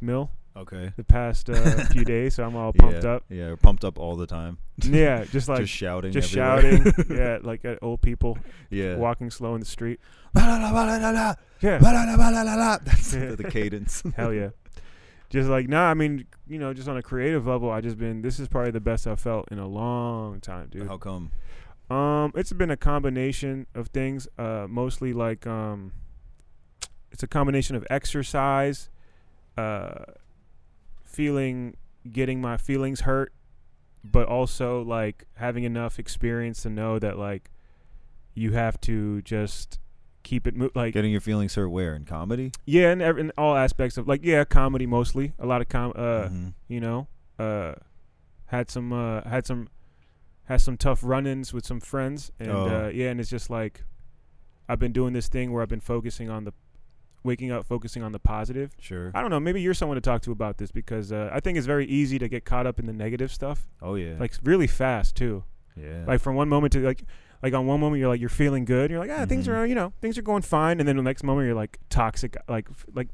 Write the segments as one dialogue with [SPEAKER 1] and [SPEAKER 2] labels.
[SPEAKER 1] Mill
[SPEAKER 2] Okay.
[SPEAKER 1] the past uh, few days, so I'm all pumped
[SPEAKER 2] yeah.
[SPEAKER 1] up.
[SPEAKER 2] Yeah, we're pumped up all the time.
[SPEAKER 1] Yeah, just like
[SPEAKER 2] just shouting.
[SPEAKER 1] just
[SPEAKER 2] everywhere.
[SPEAKER 1] shouting, yeah, like at old people
[SPEAKER 2] yeah.
[SPEAKER 1] walking slow in the street.
[SPEAKER 2] La, la, la, la, la, la,
[SPEAKER 1] Yeah,
[SPEAKER 2] la, la, la, la, la, la. That's the, the cadence.
[SPEAKER 1] hell yeah. Just like nah, I mean, you know, just on a creative level, I just been. This is probably the best I've felt in a long time, dude.
[SPEAKER 2] How come?
[SPEAKER 1] Um, it's been a combination of things. Uh, mostly like um, it's a combination of exercise, uh, feeling, getting my feelings hurt, but also like having enough experience to know that like you have to just keep it mo- like
[SPEAKER 2] Getting your feelings hurt where? In comedy?
[SPEAKER 1] yeah, and in, in all aspects of like yeah, comedy mostly. A lot of com uh
[SPEAKER 2] hmm
[SPEAKER 1] you know uh had some uh had some had some tough run-ins with some friends and
[SPEAKER 2] Oh.
[SPEAKER 1] uh yeah and it's just like i've been doing this thing where i've been focusing on the waking up focusing on the positive
[SPEAKER 2] Sure.
[SPEAKER 1] i don't know maybe you're someone to talk to about this because uh, i think it's very easy to get caught up in the negative stuff
[SPEAKER 2] Oh, yeah.
[SPEAKER 1] like really fast too
[SPEAKER 2] yeah.
[SPEAKER 1] like from one moment to like like on one moment you're like you're feeling good you're like ah things
[SPEAKER 2] Mhm.
[SPEAKER 1] are you know things are going fine and then the next moment you're like toxic like f- like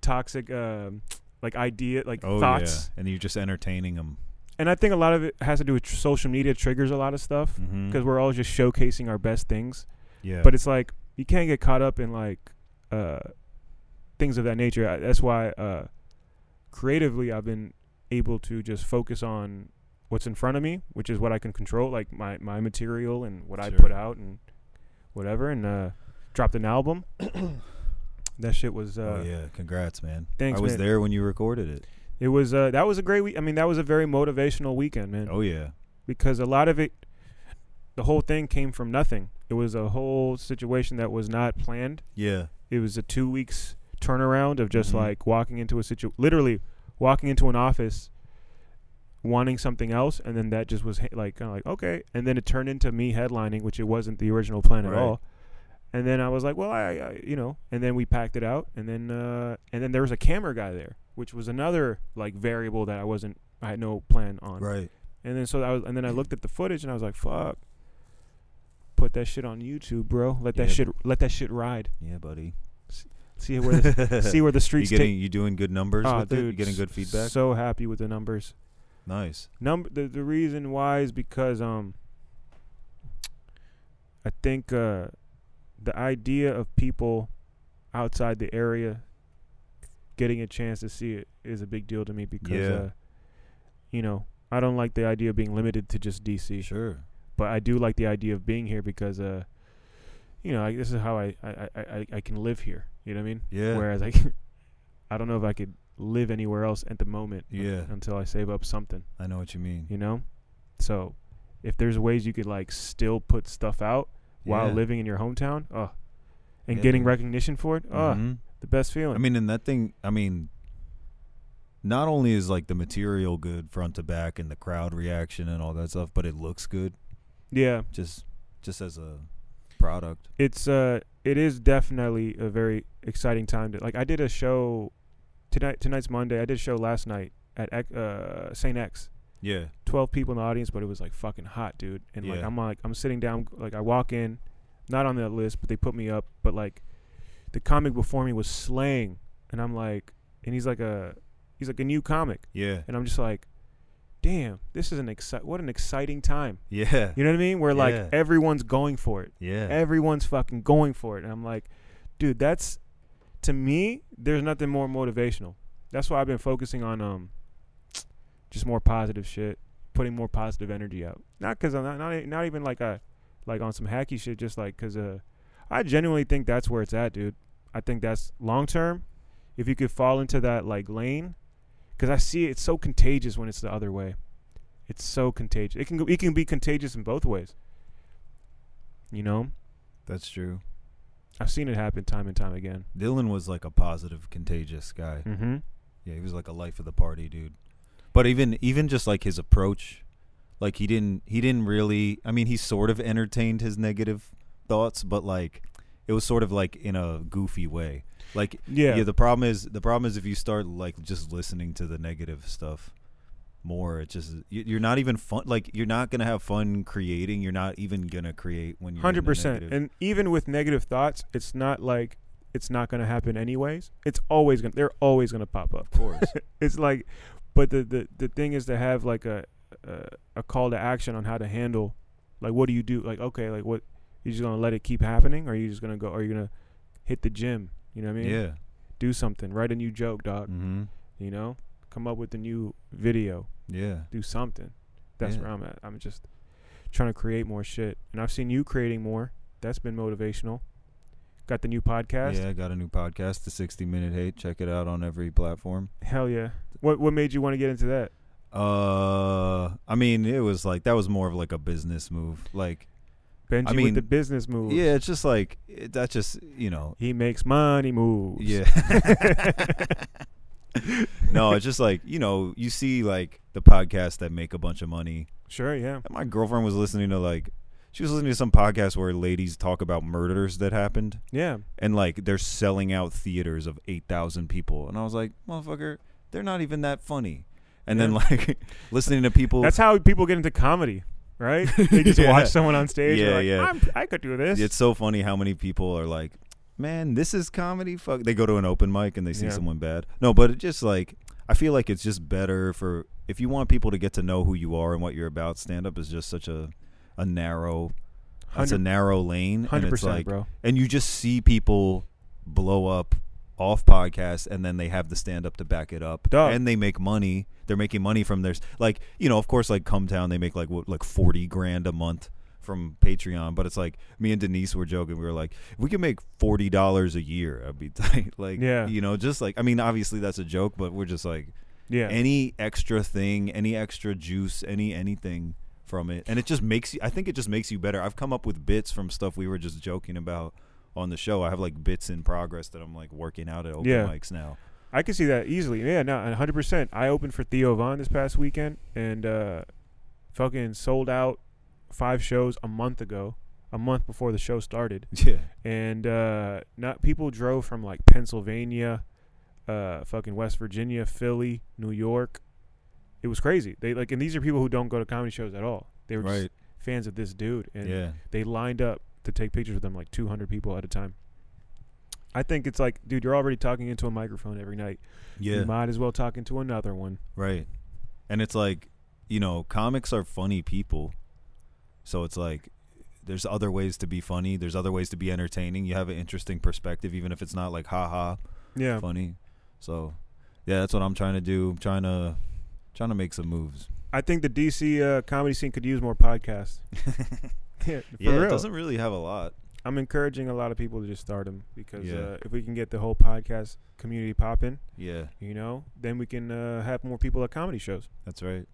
[SPEAKER 1] toxic um like idea like
[SPEAKER 2] oh,
[SPEAKER 1] thoughts
[SPEAKER 2] yeah. And you're just entertaining them.
[SPEAKER 1] and I think a lot of it has to do with tr- social media triggers a lot of stuff
[SPEAKER 2] Mm-hmm.
[SPEAKER 1] because we're all just showcasing our best things.
[SPEAKER 2] yeah.
[SPEAKER 1] But it's like you can't get caught up in like uh, things of that nature. I, that's why uh, creatively I've been able to just focus on what's in front of me, which is what I can control, like my my material and what I
[SPEAKER 2] Sure.
[SPEAKER 1] put out and whatever. And uh, dropped an album. that shit was uh,
[SPEAKER 2] oh, yeah. Congrats, man.
[SPEAKER 1] thanks,
[SPEAKER 2] I was
[SPEAKER 1] man.
[SPEAKER 2] there when you recorded it.
[SPEAKER 1] it was uh, that was a great week. I mean, that was a very motivational weekend, man.
[SPEAKER 2] Oh, yeah.
[SPEAKER 1] because a lot of it the whole thing came from nothing it was a whole situation that was not planned
[SPEAKER 2] Yeah.
[SPEAKER 1] it was a two weeks turnaround of just
[SPEAKER 2] Mhm.
[SPEAKER 1] like walking into a situ literally walking into an office wanting something else and then that just was ha- like kind of like okay and then it turned into me headlining which it wasn't the original plan
[SPEAKER 2] Right.
[SPEAKER 1] at all and then i was like well I, I you know and then we packed it out and then uh and then there was a camera guy there which was another like variable that i wasn't i had no plan on
[SPEAKER 2] Right.
[SPEAKER 1] and then so I was, and then I looked at the footage and I was like, "Fuck, put that shit on YouTube, bro. Let that
[SPEAKER 2] Yeah.
[SPEAKER 1] shit, let that shit ride.
[SPEAKER 2] Yeah, buddy.
[SPEAKER 1] See where the, see where the
[SPEAKER 2] you
[SPEAKER 1] streets
[SPEAKER 2] getting
[SPEAKER 1] take."
[SPEAKER 2] you doing good numbers
[SPEAKER 1] Ah,
[SPEAKER 2] with it? You getting good
[SPEAKER 1] s-
[SPEAKER 2] feedback?
[SPEAKER 1] So happy with the numbers.
[SPEAKER 2] nice.
[SPEAKER 1] Number the, the reason why is because um, I think uh, the idea of people outside the area getting a chance to see it is a big deal to me because
[SPEAKER 2] Yeah.
[SPEAKER 1] uh, you know I don't like the idea of being limited to just DC.
[SPEAKER 2] Sure.
[SPEAKER 1] but I do like the idea of being here because uh you know I, this is how I I, I I I can live here you know what I mean
[SPEAKER 2] Yeah.
[SPEAKER 1] whereas I I don't know if I could live anywhere else at the moment un-
[SPEAKER 2] Yeah.
[SPEAKER 1] until I save up something
[SPEAKER 2] I know what you mean.
[SPEAKER 1] you know so if there's ways you could like still put stuff out while
[SPEAKER 2] Yeah.
[SPEAKER 1] living in your hometown oh and
[SPEAKER 2] Yeah,
[SPEAKER 1] getting
[SPEAKER 2] dude.
[SPEAKER 1] recognition for it oh
[SPEAKER 2] Mhm.
[SPEAKER 1] the best feeling
[SPEAKER 2] I mean, and that thing, I mean, not only is like the material good front to back and the crowd reaction and all that stuff, but it looks good
[SPEAKER 1] yeah
[SPEAKER 2] just just as a product.
[SPEAKER 1] it's uh it is definitely a very exciting time to like I did a show tonight tonight's Monday I did a show last night at X- uh St X
[SPEAKER 2] Yeah.
[SPEAKER 1] 12 people in the audience but it was like fucking hot dude and like
[SPEAKER 2] Yeah.
[SPEAKER 1] I'm like I'm sitting down like I walk in not on that list but they put me up but like the comic before me was slaying and I'm like and he's like a he's like a new comic
[SPEAKER 2] Yeah.
[SPEAKER 1] and I'm just like damn this is an exci- what an exciting time
[SPEAKER 2] Yeah.
[SPEAKER 1] you know what I mean where like
[SPEAKER 2] Yeah.
[SPEAKER 1] everyone's going for it
[SPEAKER 2] Yeah.
[SPEAKER 1] Everyone's fucking going for it. And I'm like, dude, that's to me, there's nothing more motivational. That's why I've been focusing on um just more positive shit, putting more positive energy out. Not cuz I'm not, not e- not even like I like on some hacky shit just like cuz uh I genuinely think that's where it's at, dude. I think that's long term if you could fall into that like lane cuz I see it's so contagious when it's the other way. It's so contagious. It can go, it can be contagious in both ways. You know?
[SPEAKER 2] That's true.
[SPEAKER 1] I've seen it happen time and time again.
[SPEAKER 2] Dylan was like a positive, contagious guy.
[SPEAKER 1] Mm-hmm.
[SPEAKER 2] Yeah, he was like a life of the party dude. But even even just like his approach, like he didn't he didn't really. I mean, he sort of entertained his negative thoughts, but like it was sort of like in a goofy way. Like
[SPEAKER 1] Yeah.
[SPEAKER 2] yeah, the problem is the problem is if you start like just listening to the negative stuff more, it just you- you're not even fun. Like you're not gonna have fun creating. You're not even gonna create when you're in the
[SPEAKER 1] Hundred percent.
[SPEAKER 2] negative.
[SPEAKER 1] And even with negative thoughts, it's not like it's not going to happen anyways. It's always going to they're always going to pop up.
[SPEAKER 2] Of course.
[SPEAKER 1] It's like but the the, the thing is to have like a, a a call to action on how to handle like what do you do? Like okay, like what you just going to let it keep happening or are you just going to go are you going to hit the gym? You know what I mean?
[SPEAKER 2] yeah.
[SPEAKER 1] Do something. Write a new joke, dog.
[SPEAKER 2] Mm-hmm.
[SPEAKER 1] You know? Come up with a new video.
[SPEAKER 2] Yeah.
[SPEAKER 1] do something. That's
[SPEAKER 2] Yeah.
[SPEAKER 1] where I'm at. I'm just trying to create more shit. And I've seen you creating more. That's been motivational. Got the new podcast.
[SPEAKER 2] Yeah, I got a new podcast, The 60 Minute Hate. Check it out on every platform.
[SPEAKER 1] Hell yeah. What what made you want to get into that?
[SPEAKER 2] Uh, I mean, it was like that was more of like a business move. Like,
[SPEAKER 1] Benji with
[SPEAKER 2] mean,
[SPEAKER 1] the business moves.
[SPEAKER 2] yeah, it's just like it, that. Just you know,
[SPEAKER 1] He makes money moves.
[SPEAKER 2] yeah. no, it's just like you know, you see like the podcasts that make a bunch of money.
[SPEAKER 1] Sure, yeah.
[SPEAKER 2] My girlfriend was listening to like she was listening to some podcast where ladies talk about murders that happened.
[SPEAKER 1] Yeah.
[SPEAKER 2] and like they're selling out theaters of 8,000 people. And I was like, motherfucker, they're not even that funny. And then
[SPEAKER 1] Yeah.
[SPEAKER 2] like listening to people,
[SPEAKER 1] That's how people get into comedy, right? They just
[SPEAKER 2] Yeah.
[SPEAKER 1] watch someone on stage.
[SPEAKER 2] Yeah,
[SPEAKER 1] Yeah,
[SPEAKER 2] yeah.
[SPEAKER 1] yeah. i could do this.
[SPEAKER 2] it's so funny how many people are like, man, this is comedy. Fuck, they go to an open mic and they see
[SPEAKER 1] Yeah.
[SPEAKER 2] someone bad. No, but it just like I feel like it's just better for if you want people to get to know who you are and what you're about. Stand up is just such a a narrow, it's a
[SPEAKER 1] 100
[SPEAKER 2] narrow lane, and it's
[SPEAKER 1] 100%,
[SPEAKER 2] like
[SPEAKER 1] bro.
[SPEAKER 2] and you just see people blow up off podcasts and then they have the stand up to back it up
[SPEAKER 1] Duh.
[SPEAKER 2] and they make money they're making money from their like you know of course like come town they make like what like 40 grand a month from patreon but it's like me and denise were joking we were like if we could make $40 a year i'd be tight like
[SPEAKER 1] Yeah.
[SPEAKER 2] you know just like i mean obviously that's a joke but we're just like
[SPEAKER 1] Yeah.
[SPEAKER 2] any extra thing any extra juice any anything from it and it just makes you i think it just makes you better i've come up with bits from stuff we were just joking about on the show i have like bits in progress that i'm like working out at open
[SPEAKER 1] Yeah.
[SPEAKER 2] mics now
[SPEAKER 1] I can see that easily. Yeah, no, 100%. I opened for Theo Vaughn this past weekend and uh, fucking sold out five shows a month ago, a month before the show started.
[SPEAKER 2] yeah
[SPEAKER 1] And uh, not people drove from like Pennsylvania, uh, fucking West Virginia, Philly, New York. It was crazy. They like, and these are people who don't go to comedy shows at all. They were just
[SPEAKER 2] right
[SPEAKER 1] fans of this dude, and
[SPEAKER 2] yeah
[SPEAKER 1] they lined up to take pictures with them like 200 people at a time. I think it's like, dude, you're already talking into a microphone every night.
[SPEAKER 2] yeah
[SPEAKER 1] You might as well talk into another one.
[SPEAKER 2] right and it's like you know comics are funny people so it's like there's other ways to be funny there's other ways to be entertaining you have an interesting perspective even if it's not like ha ha
[SPEAKER 1] Yeah.
[SPEAKER 2] funny. So, yeah, that's what I'm trying to do. I'm trying to trying to make some moves.
[SPEAKER 1] I think the DC uh, comedy scene could use more podcasts. yeah, for
[SPEAKER 2] yeah, it
[SPEAKER 1] real.
[SPEAKER 2] doesn't really have a lot.
[SPEAKER 1] I'm encouraging a lot of people to just start them because
[SPEAKER 2] Yeah.
[SPEAKER 1] uh, if we can get the whole podcast community popping,
[SPEAKER 2] Yeah,
[SPEAKER 1] you know, then we can uh, have more people at comedy shows.
[SPEAKER 2] that's right.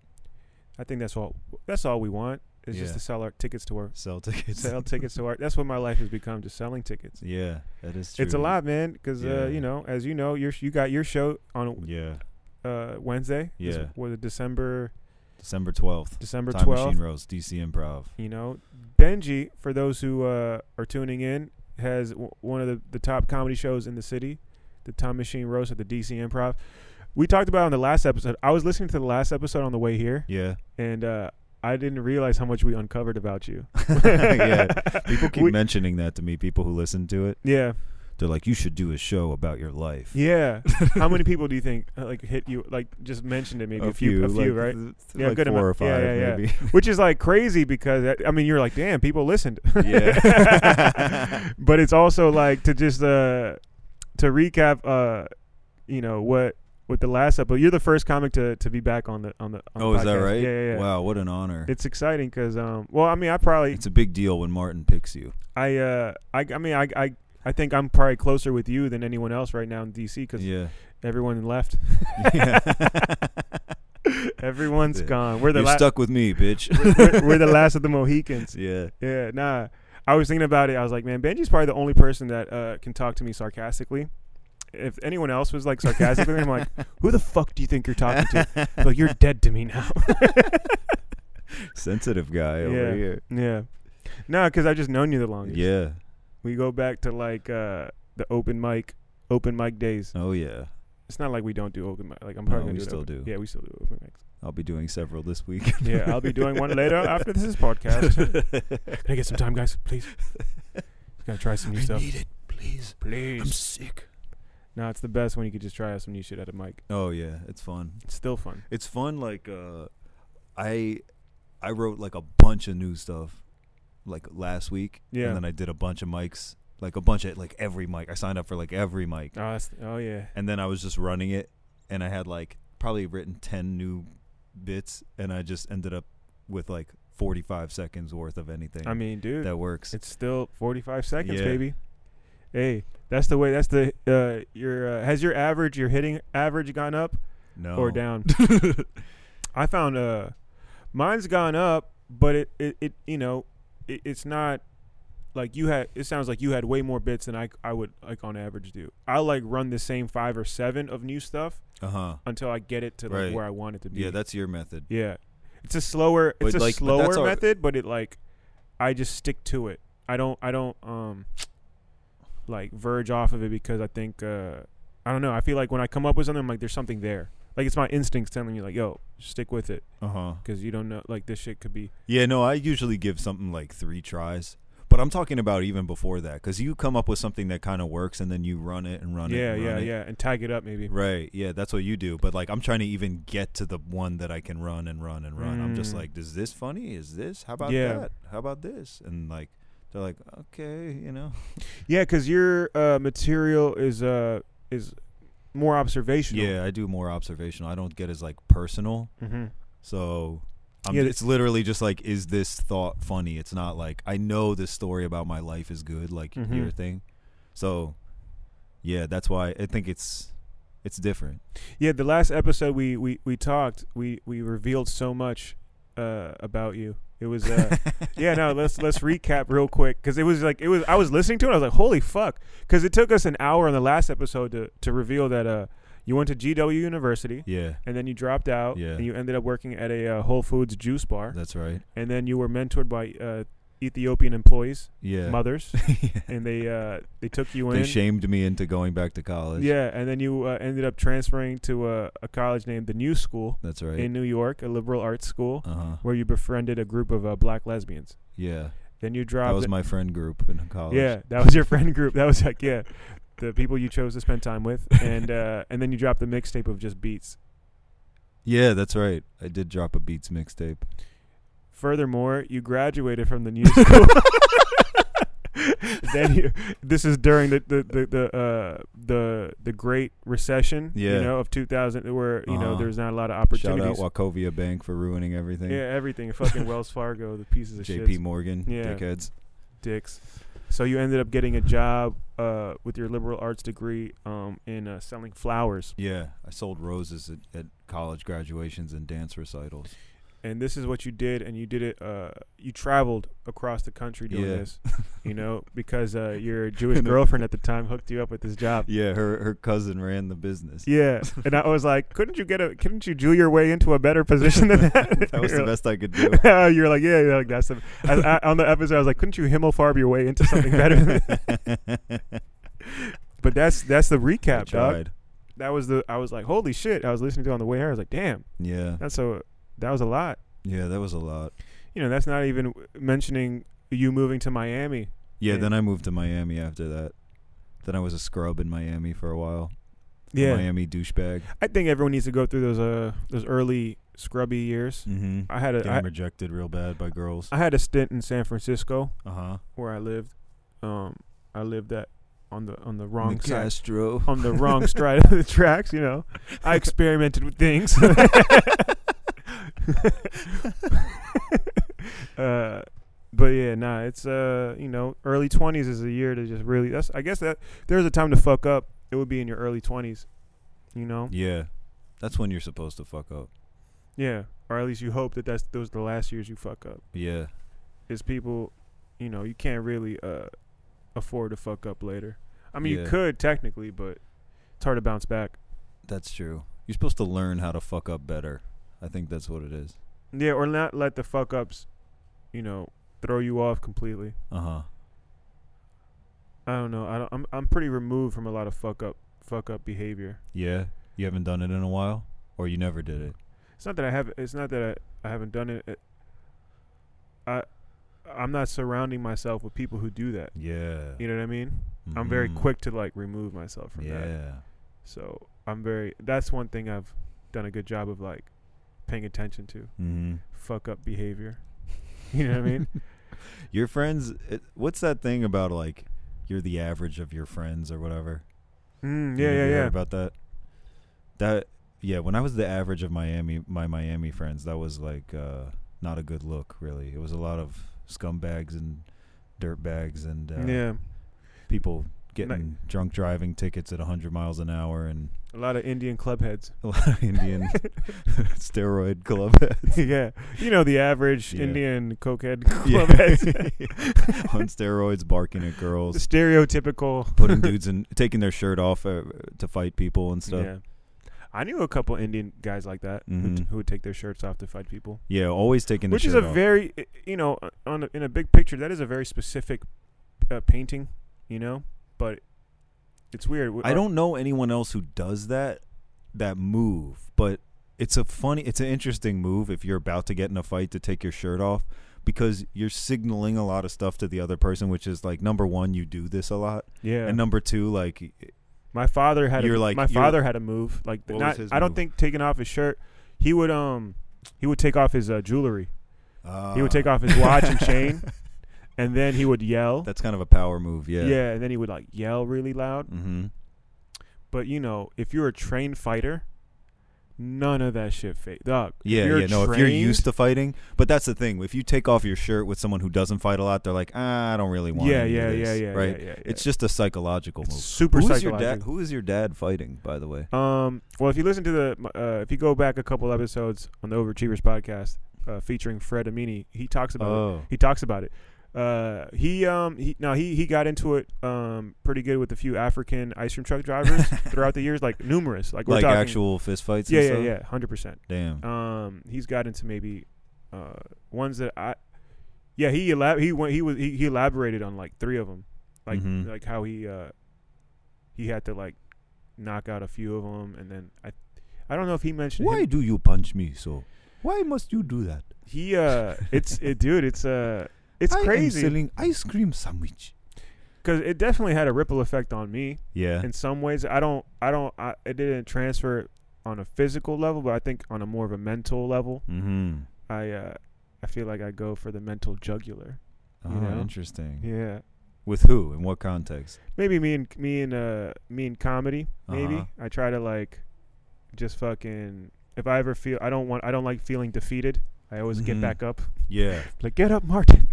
[SPEAKER 1] I think that's all. That's all we want is
[SPEAKER 2] Yeah.
[SPEAKER 1] just to sell our tickets to our
[SPEAKER 2] Sell tickets.
[SPEAKER 1] sell tickets to our. That's what my life has become, just selling tickets.
[SPEAKER 2] yeah, that is true.
[SPEAKER 1] It's a lot, man, because
[SPEAKER 2] Yeah.
[SPEAKER 1] uh, you know, as you know, your sh- you got your show on
[SPEAKER 2] Yeah,
[SPEAKER 1] uh, Wednesday. This
[SPEAKER 2] Yeah.
[SPEAKER 1] was it December
[SPEAKER 2] December twelfth.
[SPEAKER 1] December
[SPEAKER 2] Time
[SPEAKER 1] twelfth.
[SPEAKER 2] Machine Rose, DC Improv.
[SPEAKER 1] You know, Benji, for those who uh, are tuning in, has w- one of the, the top comedy shows in the city, the Time Machine Roast at the DC Improv. We talked about it on the last episode. I was listening to the last episode on the way here,
[SPEAKER 2] Yeah,
[SPEAKER 1] and uh, I didn't realize how much we uncovered about you.
[SPEAKER 2] yeah. People keep
[SPEAKER 1] We-
[SPEAKER 2] mentioning that to me. People who listen to it,
[SPEAKER 1] yeah,
[SPEAKER 2] they're like, "You should do a show about your life."
[SPEAKER 1] yeah. how many people do you think uh, like hit you? Like just mentioned it, maybe a, few, a few,
[SPEAKER 2] like,
[SPEAKER 1] right?
[SPEAKER 2] th- th-
[SPEAKER 1] Yeah,
[SPEAKER 2] like
[SPEAKER 1] good
[SPEAKER 2] four
[SPEAKER 1] amount.
[SPEAKER 2] or
[SPEAKER 1] Yeah,
[SPEAKER 2] five,
[SPEAKER 1] yeah, yeah.
[SPEAKER 2] maybe.
[SPEAKER 1] Which is like crazy because uh, I mean you're like, damn, people listened.
[SPEAKER 2] Yeah.
[SPEAKER 1] but it's also like to just uh to recap uh you know what with the last episode you're the first comic to to be back on the on the on the
[SPEAKER 2] oh, is that
[SPEAKER 1] podcast.
[SPEAKER 2] right?
[SPEAKER 1] Yeah, yeah, yeah.
[SPEAKER 2] Wow, what an honor!
[SPEAKER 1] It's exciting because um well I mean I probably
[SPEAKER 2] it's a big deal when Martin picks you.
[SPEAKER 1] I uh I I mean I I I think I'm probably closer with you than anyone else right now in DC because
[SPEAKER 2] Yeah.
[SPEAKER 1] everyone left.
[SPEAKER 2] yeah.
[SPEAKER 1] Everyone's
[SPEAKER 2] Yeah.
[SPEAKER 1] gone. We're the
[SPEAKER 2] You're
[SPEAKER 1] last.
[SPEAKER 2] stuck with me, bitch.
[SPEAKER 1] we're, we're the last of the Mohicans.
[SPEAKER 2] yeah.
[SPEAKER 1] Yeah, nah. I was thinking about it. I was like, man, Benji's probably the only person that uh, can talk to me sarcastically. If anyone else was like sarcastic with me, I'm like, who the fuck do you think you're talking to? like, you're dead to me now.
[SPEAKER 2] Sensitive guy over
[SPEAKER 1] Yeah.
[SPEAKER 2] here.
[SPEAKER 1] yeah. Nah, because I've just known you the longest.
[SPEAKER 2] Yeah.
[SPEAKER 1] We go back to like uh, the open mic, open mic days.
[SPEAKER 2] Oh yeah.
[SPEAKER 1] It's not like we don't do open mic. Like, I'm
[SPEAKER 2] No,
[SPEAKER 1] probably
[SPEAKER 2] we
[SPEAKER 1] going to
[SPEAKER 2] still
[SPEAKER 1] open-
[SPEAKER 2] do.
[SPEAKER 1] Yeah, we still do open mics.
[SPEAKER 2] I'll be doing several this week.
[SPEAKER 1] yeah, I'll be doing one later after this is podcast. can I get some time, guys? Please. Gotta try some new
[SPEAKER 2] I
[SPEAKER 1] stuff.
[SPEAKER 2] need it, please. please, I'm
[SPEAKER 1] Please.
[SPEAKER 2] sick.
[SPEAKER 1] Nah, it's the best when you could just try out some new shit at a mic.
[SPEAKER 2] Oh yeah, it's fun.
[SPEAKER 1] It's still fun.
[SPEAKER 2] It's fun. Like uh, I, I wrote like a bunch of new stuff, like last week.
[SPEAKER 1] Yeah.
[SPEAKER 2] And then I did a bunch of mics, like a bunch of like every mic. I signed up for like every mic,
[SPEAKER 1] Oh, that's, oh yeah.
[SPEAKER 2] and then I was just running it, and I had like probably written ten new bits, and I just ended up with like forty five seconds worth of anything
[SPEAKER 1] I mean, dude,
[SPEAKER 2] that works.
[SPEAKER 1] it's still 45 seconds,
[SPEAKER 2] Yeah.
[SPEAKER 1] baby. Hey, that's the way. That's the uh, your uh, has your average your hitting average gone up
[SPEAKER 2] No.
[SPEAKER 1] or down? I found uh, mine's gone up, but it it, it you know, it, it's not like you had. It sounds like you had way more bits than I I would like on average do. I like run the same five or seven of new stuff
[SPEAKER 2] Uh huh.
[SPEAKER 1] until I get it to like
[SPEAKER 2] Right.
[SPEAKER 1] where I want it to be.
[SPEAKER 2] Yeah, that's your method.
[SPEAKER 1] Yeah, it's a slower,
[SPEAKER 2] But,
[SPEAKER 1] it's a
[SPEAKER 2] like, but that's
[SPEAKER 1] slower
[SPEAKER 2] our-
[SPEAKER 1] method, but it like, I just stick to it. I don't, I don't, um, like verge off of it because I think, uh, I don't know. I feel like when I come up with something, I'm like, there's something there. Like it's my instincts telling me, like, yo, stick with it
[SPEAKER 2] Uh huh.
[SPEAKER 1] because you don't know, like this shit could be.
[SPEAKER 2] Yeah, no, I usually give something like three tries. But I'm talking about even before that, because you come up with something that kind of works, and then you run it and run it.
[SPEAKER 1] yeah,
[SPEAKER 2] and
[SPEAKER 1] yeah,
[SPEAKER 2] run it.
[SPEAKER 1] yeah, and tag it up maybe.
[SPEAKER 2] Right, yeah, that's what you do. But like, I'm trying to even get to the one that I can run and run and run. I'm just
[SPEAKER 1] Mm.
[SPEAKER 2] like, is this funny? Is this? How about
[SPEAKER 1] Yeah.
[SPEAKER 2] that? How about this? And like, they're like, okay, you know.
[SPEAKER 1] Yeah, because your uh, material is uh is more observational.
[SPEAKER 2] Yeah, I do more observational. I don't get as like personal.
[SPEAKER 1] hmm
[SPEAKER 2] So I'm,
[SPEAKER 1] Yeah, th-
[SPEAKER 2] it's literally just like, is this thought funny? It's not like I know this story about my life is good, like
[SPEAKER 1] Mhm.
[SPEAKER 2] your thing. So yeah, that's why I think it's it's different.
[SPEAKER 1] Yeah, the last episode we we we talked, we we revealed so much uh about you. It was uh yeah, no, let's let's recap real quick cuz it was like it was I was listening to it I was like holy fuck cuz it took us an hour in the last episode to to reveal that uh you went to GW University
[SPEAKER 2] Yeah,
[SPEAKER 1] and then you dropped out
[SPEAKER 2] Yeah.
[SPEAKER 1] and you ended up working at a uh, Whole Foods juice bar
[SPEAKER 2] that's right.
[SPEAKER 1] and then you were mentored by uh Ethiopian employees,
[SPEAKER 2] Yeah.
[SPEAKER 1] mothers, and they uh they took you in.
[SPEAKER 2] they shamed me into going back to college.
[SPEAKER 1] yeah, and then you uh, ended up transferring to uh, a college named the New School
[SPEAKER 2] That's right.
[SPEAKER 1] in New York, a liberal arts school,
[SPEAKER 2] uh huh.
[SPEAKER 1] where you befriended a group of uh, black lesbians.
[SPEAKER 2] Yeah.
[SPEAKER 1] Then you
[SPEAKER 2] That
[SPEAKER 1] dropped.
[SPEAKER 2] was my friend group in college.
[SPEAKER 1] yeah, that was your friend group. That was like yeah, the people you chose to spend time with, and uh, and then you dropped the mixtape of just beats.
[SPEAKER 2] Yeah, that's right. I did drop a Beats mixtape.
[SPEAKER 1] Furthermore, you graduated from the new school. then you, this is during the the the the, uh, the the Great Recession, you
[SPEAKER 2] Yeah.
[SPEAKER 1] know, of 2000, where you know
[SPEAKER 2] Uh-huh.
[SPEAKER 1] there's not a lot of
[SPEAKER 2] Shout out
[SPEAKER 1] opportunities.
[SPEAKER 2] Wachovia Bank for ruining everything.
[SPEAKER 1] yeah, everything, fucking Wells Fargo, the pieces of shit.
[SPEAKER 2] JP Morgan,
[SPEAKER 1] Yeah.
[SPEAKER 2] dickheads.
[SPEAKER 1] dicks. So you ended up getting a job uh, with your liberal arts degree um, in uh, selling flowers,
[SPEAKER 2] Yeah, I sold roses at, at college graduations and dance recitals.
[SPEAKER 1] and this is what you did, and you did it. Uh, you traveled across the country doing
[SPEAKER 2] Yeah.
[SPEAKER 1] this, you know, because uh, your Jewish
[SPEAKER 2] In a-
[SPEAKER 1] girlfriend at the time hooked you up with this job.
[SPEAKER 2] Yeah, her her cousin ran the business.
[SPEAKER 1] Yeah, and I was like, couldn't you get a? Couldn't you Jew your way into a better position than that?
[SPEAKER 2] that was the
[SPEAKER 1] You're
[SPEAKER 2] best I could do.
[SPEAKER 1] like- You're like, yeah, yeah, like that's the. I, I, on the episode, I was like, couldn't you Himmelfarb your way into something better? than that? But that's that's the
[SPEAKER 2] I
[SPEAKER 1] recap, dog.
[SPEAKER 2] tried.
[SPEAKER 1] that was the I was like, holy shit. I was listening to it on the way here. I was like, damn,
[SPEAKER 2] Yeah,
[SPEAKER 1] that's a that was a lot.
[SPEAKER 2] yeah, that was a lot.
[SPEAKER 1] You know, that's not even mentioning you moving to Miami.
[SPEAKER 2] Yeah,
[SPEAKER 1] Yeah.
[SPEAKER 2] then I moved to Miami after that. Then I was a scrub in Miami for a while. A Miami douchebag.
[SPEAKER 1] I think everyone needs to go through those uh those early scrubby years.
[SPEAKER 2] Mm-hmm.
[SPEAKER 1] I had a
[SPEAKER 2] Getting
[SPEAKER 1] I,
[SPEAKER 2] rejected real bad by girls.
[SPEAKER 1] I had a stint in San Francisco
[SPEAKER 2] Uh huh.
[SPEAKER 1] where I lived. Um, I lived at on the on the wrong side
[SPEAKER 2] Castro.
[SPEAKER 1] on the wrong stride of the tracks. You know, I experimented with things. uh, but yeah, nah, it's uh, you know, early twenties is a year to just really. That's I guess that there's a time to fuck up. It would be in your early twenties, you know.
[SPEAKER 2] Yeah, that's when you're supposed to fuck up.
[SPEAKER 1] Yeah, or at least you hope that that's those are the last years you fuck up.
[SPEAKER 2] Yeah,
[SPEAKER 1] Is people, you know, you can't really uh afford to fuck up later. I mean, you
[SPEAKER 2] Yeah.
[SPEAKER 1] could technically, but it's hard to bounce back.
[SPEAKER 2] that's true. You're supposed to learn how to fuck up better. I think that's what it is.
[SPEAKER 1] Yeah, or not let the fuck ups, you know, throw you off completely.
[SPEAKER 2] Uh huh.
[SPEAKER 1] I don't know. I don't, I'm I'm pretty removed from a lot of fuck up fuck up behavior.
[SPEAKER 2] Yeah, you haven't done it in a while, or you never did it.
[SPEAKER 1] It's not that I have. It's not that I, I haven't done it. it. I I'm not surrounding myself with people who do that.
[SPEAKER 2] Yeah,
[SPEAKER 1] You know what I mean? I'm very
[SPEAKER 2] Mhm.
[SPEAKER 1] quick to like remove myself from
[SPEAKER 2] Yeah.
[SPEAKER 1] that. So I'm very. That's one thing I've done a good job of like paying attention to.
[SPEAKER 2] Mm-hmm.
[SPEAKER 1] Fuck up behavior. You know what I mean?
[SPEAKER 2] Your friends. It, what's that thing about like you're the average of your friends or whatever?
[SPEAKER 1] Mm,
[SPEAKER 2] You
[SPEAKER 1] yeah, yeah,
[SPEAKER 2] heard
[SPEAKER 1] yeah.
[SPEAKER 2] About that. That yeah. When I was the average of Miami, my Miami friends, that was like uh, not a good look. Really, it was a lot of scumbags and dirtbags and uh,
[SPEAKER 1] yeah.
[SPEAKER 2] people getting drunk driving tickets at 100 miles an hour and
[SPEAKER 1] A lot of Indian club heads.
[SPEAKER 2] a lot of Indian steroid club heads.
[SPEAKER 1] yeah. You know the average
[SPEAKER 2] Yeah.
[SPEAKER 1] Indian cokehead
[SPEAKER 2] Yeah.
[SPEAKER 1] club heads.
[SPEAKER 2] on steroids, barking at girls.
[SPEAKER 1] Stereotypical.
[SPEAKER 2] putting dudes in taking their shirt off uh, to fight people and stuff. Yeah.
[SPEAKER 1] Yeah. I knew a couple Indian guys like that who, t-
[SPEAKER 2] Mhm.
[SPEAKER 1] who would take their shirts off to fight people,
[SPEAKER 2] always taking the
[SPEAKER 1] which is
[SPEAKER 2] shirt
[SPEAKER 1] a
[SPEAKER 2] off.
[SPEAKER 1] very, i- you know, uh, on a, in a big picture, that is a very specific uh, painting, you know. But it's weird. W-
[SPEAKER 2] I
[SPEAKER 1] uh,
[SPEAKER 2] don't know anyone else who does that that move, but it's a funny it's an interesting move if you're about to get in a fight to take your shirt off because you're signaling a lot of stuff to the other person which is like number 1 you do this a lot
[SPEAKER 1] Yeah.
[SPEAKER 2] and number 2 like
[SPEAKER 1] My father had
[SPEAKER 2] You're
[SPEAKER 1] a,
[SPEAKER 2] like-
[SPEAKER 1] my
[SPEAKER 2] you're-
[SPEAKER 1] father had a move like
[SPEAKER 2] What was
[SPEAKER 1] not,
[SPEAKER 2] his
[SPEAKER 1] I don't
[SPEAKER 2] move?
[SPEAKER 1] think taking off his shirt he would um he would take off his uh, jewelry
[SPEAKER 2] uh,
[SPEAKER 1] he would take off his watch and chain and then he would yell
[SPEAKER 2] That's kind of a power move, yeah.
[SPEAKER 1] yeah. and then he would like yell really loud
[SPEAKER 2] Mhm.
[SPEAKER 1] but you know if you're a trained fighter none of that shit fake dog
[SPEAKER 2] Yeah, yeah, no. If you're used to fighting, but that's the thing. If you take off your shirt with someone who doesn't fight a lot, they're like, ah, I don't really want.
[SPEAKER 1] yeah
[SPEAKER 2] any
[SPEAKER 1] yeah,
[SPEAKER 2] of
[SPEAKER 1] yeah
[SPEAKER 2] this,"
[SPEAKER 1] yeah
[SPEAKER 2] right.
[SPEAKER 1] yeah yeah
[SPEAKER 2] It's just a psychological
[SPEAKER 1] It's
[SPEAKER 2] move.
[SPEAKER 1] super
[SPEAKER 2] Who is your
[SPEAKER 1] psychological
[SPEAKER 2] dad? Who is your dad fighting? By the way,
[SPEAKER 1] Um, well, if you listen to the, uh, if you go back a couple episodes on the Overachievers podcast, uh, featuring Fred Amini, he talks about
[SPEAKER 2] Oh.
[SPEAKER 1] it. He talks about it. Uh, he um he now he he got into it um pretty good with a few African ice cream truck drivers throughout the years, like numerous, like we're
[SPEAKER 2] Oh. like
[SPEAKER 1] talking,
[SPEAKER 2] actual fist fights.
[SPEAKER 1] yeah
[SPEAKER 2] and
[SPEAKER 1] yeah
[SPEAKER 2] stuff?
[SPEAKER 1] yeah, hundred percent.
[SPEAKER 2] Damn.
[SPEAKER 1] Um, he's got into maybe uh ones that I, yeah, he elab he went he was he, he elaborated on like three of them, like
[SPEAKER 2] Mhm.
[SPEAKER 1] like how he uh he had to like knock out a few of them, and then I I don't know if he mentioned
[SPEAKER 2] Why
[SPEAKER 1] him-
[SPEAKER 2] do you punch me so? Why must you do that?
[SPEAKER 1] he uh it's it dude it's uh it's
[SPEAKER 2] I am
[SPEAKER 1] crazy
[SPEAKER 2] selling ice cream sandwich.
[SPEAKER 1] because it definitely had a ripple effect on me
[SPEAKER 2] Yeah.
[SPEAKER 1] in some ways. I don't I don't I it didn't transfer on a physical level, but I think on a more of a mental level,
[SPEAKER 2] Mm-hmm.
[SPEAKER 1] I uh I feel like I go for the mental jugular.
[SPEAKER 2] Oh,
[SPEAKER 1] You know?
[SPEAKER 2] interesting.
[SPEAKER 1] Yeah.
[SPEAKER 2] With who? In what context?
[SPEAKER 1] maybe me and me and uh me and comedy maybe
[SPEAKER 2] Uh-huh.
[SPEAKER 1] i try to like just fucking if i ever feel i don't want i don't like feeling defeated i always
[SPEAKER 2] Mhm.
[SPEAKER 1] get back up
[SPEAKER 2] Yeah.
[SPEAKER 1] like get up martin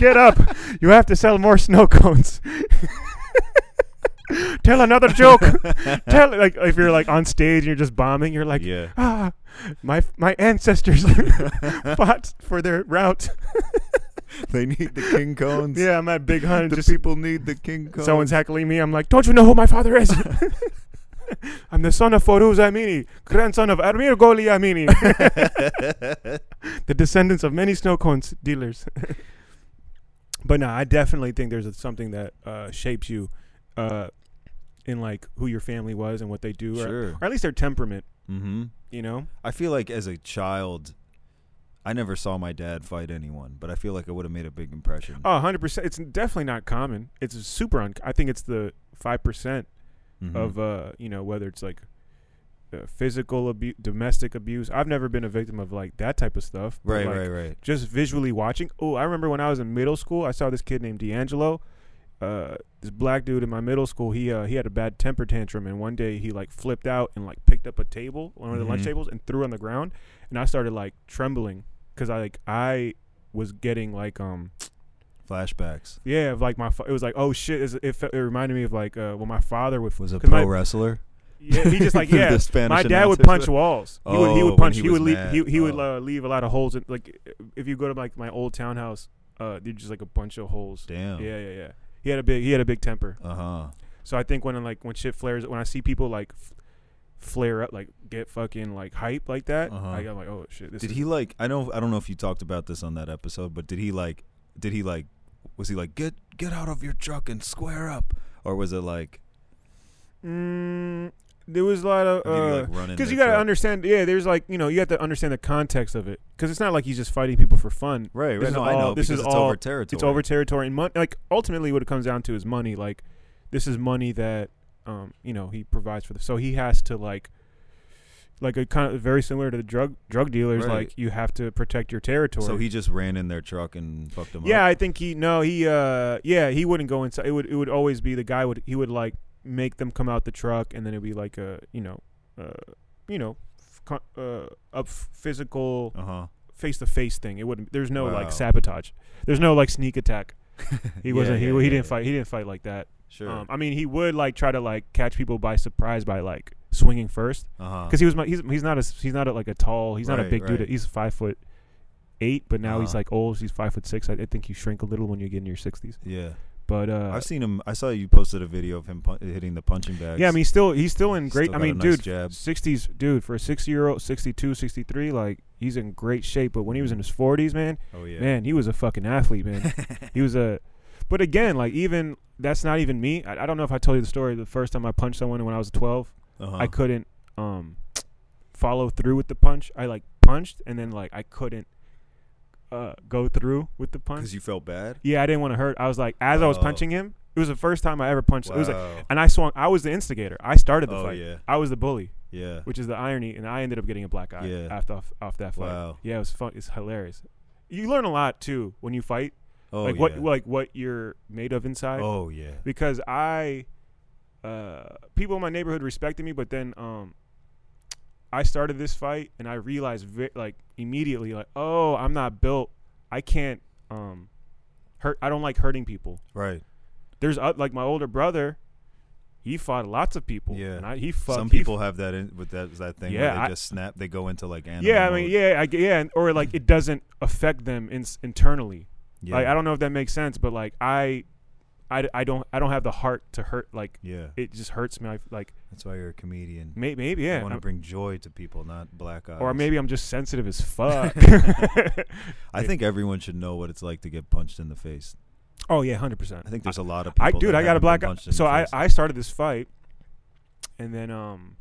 [SPEAKER 1] get up you have to sell more snow cones tell another joke tell like if you're like on stage and you're just bombing you're like
[SPEAKER 2] yeah.
[SPEAKER 1] ah my my ancestors fought for their route
[SPEAKER 2] They need the king cones.
[SPEAKER 1] yeah i'm at big hunt
[SPEAKER 2] The
[SPEAKER 1] just
[SPEAKER 2] people need the king cones.
[SPEAKER 1] Someone's heckling me. I'm like, don't you know who my father is? I'm the son of Foruz Amini, grandson of Amir Goli Amini, the descendants of many snow cones dealers. but no, I definitely think there's a, something that uh, shapes you uh, in like who your family was and what they do, or,
[SPEAKER 2] sure.
[SPEAKER 1] or at least their temperament.
[SPEAKER 2] Mm-hmm.
[SPEAKER 1] You know?
[SPEAKER 2] I feel like as a child, I never saw my dad fight anyone, but I feel like I would have made a big impression.
[SPEAKER 1] Oh, 100%. It's definitely not common. It's super un. I think it's the 5%
[SPEAKER 2] Mhm.
[SPEAKER 1] of uh you know whether it's like uh, physical abuse domestic abuse i've never been a victim of like that type of stuff but,
[SPEAKER 2] right,
[SPEAKER 1] like,
[SPEAKER 2] right, right.
[SPEAKER 1] just visually watching oh i remember when i was in middle school i saw this kid named d'angelo uh this black dude in my middle school he uh he had a bad temper tantrum and one day he like flipped out and like picked up a table one of the lunch
[SPEAKER 2] Mhm.
[SPEAKER 1] tables and threw it on the ground and i started like trembling because i like i was getting like um
[SPEAKER 2] Flashbacks.
[SPEAKER 1] yeah of, like my fa- it was like oh shit it's- it, fe- it reminded me of like uh when my father would
[SPEAKER 2] Was a
[SPEAKER 1] 'Cause
[SPEAKER 2] pro
[SPEAKER 1] my-
[SPEAKER 2] wrestler.
[SPEAKER 1] yeah he just like
[SPEAKER 2] The
[SPEAKER 1] yeah
[SPEAKER 2] Spanish
[SPEAKER 1] my dad would
[SPEAKER 2] announcer.
[SPEAKER 1] punch walls. He would he
[SPEAKER 2] Oh, when
[SPEAKER 1] would punch.
[SPEAKER 2] he
[SPEAKER 1] He,
[SPEAKER 2] was
[SPEAKER 1] would leave.
[SPEAKER 2] mad.
[SPEAKER 1] He, he would
[SPEAKER 2] Oh.
[SPEAKER 1] uh, leave a lot of holes. In, like if you go to like my old townhouse, uh, there's just like a bunch of holes.
[SPEAKER 2] Damn.
[SPEAKER 1] Yeah, yeah, yeah. He had a big he had a big temper.
[SPEAKER 2] Uh huh.
[SPEAKER 1] So I think when like when shit flares, when I see people like f- flare up, like get fucking like hype like that,
[SPEAKER 2] Uh-huh.
[SPEAKER 1] I, am like, oh shit. This
[SPEAKER 2] Did
[SPEAKER 1] is-
[SPEAKER 2] he like? I know. I don't know if you talked about this on that episode, but did he like? Did he like? Was he like get get out of your truck and square up, or was it like?
[SPEAKER 1] Mm, there was a lot of.
[SPEAKER 2] or did he,
[SPEAKER 1] Uh,
[SPEAKER 2] like run in
[SPEAKER 1] because
[SPEAKER 2] the
[SPEAKER 1] you gotta
[SPEAKER 2] truck?
[SPEAKER 1] understand, yeah. There's like you know you have to understand the context of it because it's not like he's just fighting people for fun.
[SPEAKER 2] Right, right.
[SPEAKER 1] this is
[SPEAKER 2] no, I know.
[SPEAKER 1] all- this
[SPEAKER 2] because
[SPEAKER 1] is
[SPEAKER 2] it's
[SPEAKER 1] all-
[SPEAKER 2] over territory.
[SPEAKER 1] It's over territory and money. Like ultimately, what it comes down to is money. Like this is money that um, you know he provides for the so he has to like like a kind of very similar to the drug drug dealers
[SPEAKER 2] Right.
[SPEAKER 1] like you have to protect your territory
[SPEAKER 2] So he just ran in their truck and fucked them
[SPEAKER 1] yeah
[SPEAKER 2] up.
[SPEAKER 1] i think he no he uh yeah he wouldn't go inside it would it would always be the guy would he would like make them come out the truck and then it'd be like a you know uh you know f- con- uh up physical
[SPEAKER 2] Yeah. Uh huh.
[SPEAKER 1] face to face thing it wouldn't there's no
[SPEAKER 2] Wow.
[SPEAKER 1] like sabotage there's no like sneak attack he
[SPEAKER 2] Yeah,
[SPEAKER 1] wasn't
[SPEAKER 2] yeah,
[SPEAKER 1] he, he
[SPEAKER 2] yeah,
[SPEAKER 1] didn't
[SPEAKER 2] yeah.
[SPEAKER 1] fight he didn't fight like that
[SPEAKER 2] Sure.
[SPEAKER 1] um, I mean, he would like try to like catch people by surprise by like swinging first
[SPEAKER 2] uh huh.
[SPEAKER 1] because he was my, he's he's not a he's not a, like a tall he's not a
[SPEAKER 2] Right,
[SPEAKER 1] big
[SPEAKER 2] right.
[SPEAKER 1] dude he's five foot eight but now he's
[SPEAKER 2] Uh-huh.
[SPEAKER 1] like old he's five foot six I, I think you shrink a little when you get in your sixties
[SPEAKER 2] Yeah.
[SPEAKER 1] but uh
[SPEAKER 2] I've seen him. I saw you posted a video of him pun- hitting the punching bag.
[SPEAKER 1] yeah I mean he's still he's still in great
[SPEAKER 2] Still
[SPEAKER 1] I
[SPEAKER 2] got a
[SPEAKER 1] mean
[SPEAKER 2] nice
[SPEAKER 1] dude
[SPEAKER 2] jab.
[SPEAKER 1] sixties dude for a sixty year old 62, 63, like he's in great shape but when he was in his forties man
[SPEAKER 2] oh yeah.
[SPEAKER 1] man he was a fucking athlete man He was a, but again, like even that's not even me. I, I don't know if I told you the story. The first time I punched someone when I was 12,
[SPEAKER 2] uh-huh.
[SPEAKER 1] I couldn't um follow through with the punch. I like punched and then like I couldn't uh go through with the punch.
[SPEAKER 2] because you felt bad.
[SPEAKER 1] yeah, I didn't want to hurt. I was like, as I was
[SPEAKER 2] Oh.
[SPEAKER 1] punching him, it was the first time I ever punched. It was like,
[SPEAKER 2] Wow.
[SPEAKER 1] and I swung. I was the instigator. I started the
[SPEAKER 2] oh
[SPEAKER 1] fight.
[SPEAKER 2] yeah.
[SPEAKER 1] I was the bully,
[SPEAKER 2] Yeah.
[SPEAKER 1] which is the irony, and I ended up getting a black eye
[SPEAKER 2] Yeah.
[SPEAKER 1] after off, off that fight.
[SPEAKER 2] Wow.
[SPEAKER 1] Yeah, it was fun. It's hilarious. You learn a lot too when you fight
[SPEAKER 2] Oh
[SPEAKER 1] like
[SPEAKER 2] yeah.
[SPEAKER 1] what like what you're made of inside
[SPEAKER 2] oh yeah.
[SPEAKER 1] because i uh people in my neighborhood respected me but then um i started this fight and i realized ve- like immediately like oh i'm not built i can't um hurt i don't like hurting people
[SPEAKER 2] Right.
[SPEAKER 1] there's uh, like my older brother he fought lots of people
[SPEAKER 2] Yeah.
[SPEAKER 1] and I, he fucked
[SPEAKER 2] Some
[SPEAKER 1] he
[SPEAKER 2] people have that in, with that that thing where
[SPEAKER 1] Yeah,
[SPEAKER 2] they
[SPEAKER 1] I-
[SPEAKER 2] just snap. They go into like animal.
[SPEAKER 1] yeah i mean
[SPEAKER 2] mode.
[SPEAKER 1] yeah I, g- yeah and- or like it doesn't affect them in, internally
[SPEAKER 2] Yeah.
[SPEAKER 1] Like I don't know if that makes sense, but like I, I, I don't I don't have the heart to hurt. Like
[SPEAKER 2] yeah.
[SPEAKER 1] it just hurts me. I, like
[SPEAKER 2] That's why you're a comedian.
[SPEAKER 1] may, maybe yeah,
[SPEAKER 2] you want to
[SPEAKER 1] I'm-
[SPEAKER 2] bring joy to people, not black eyes.
[SPEAKER 1] or maybe I'm just sensitive as fuck.
[SPEAKER 2] I think everyone should know what it's like to get punched in the face.
[SPEAKER 1] oh yeah, hundred percent.
[SPEAKER 2] I think there's a lot of people.
[SPEAKER 1] I dude,
[SPEAKER 2] that
[SPEAKER 1] I got a
[SPEAKER 2] haven't been
[SPEAKER 1] black eye.
[SPEAKER 2] punched in the
[SPEAKER 1] So I
[SPEAKER 2] face.
[SPEAKER 1] I started this fight, and then um,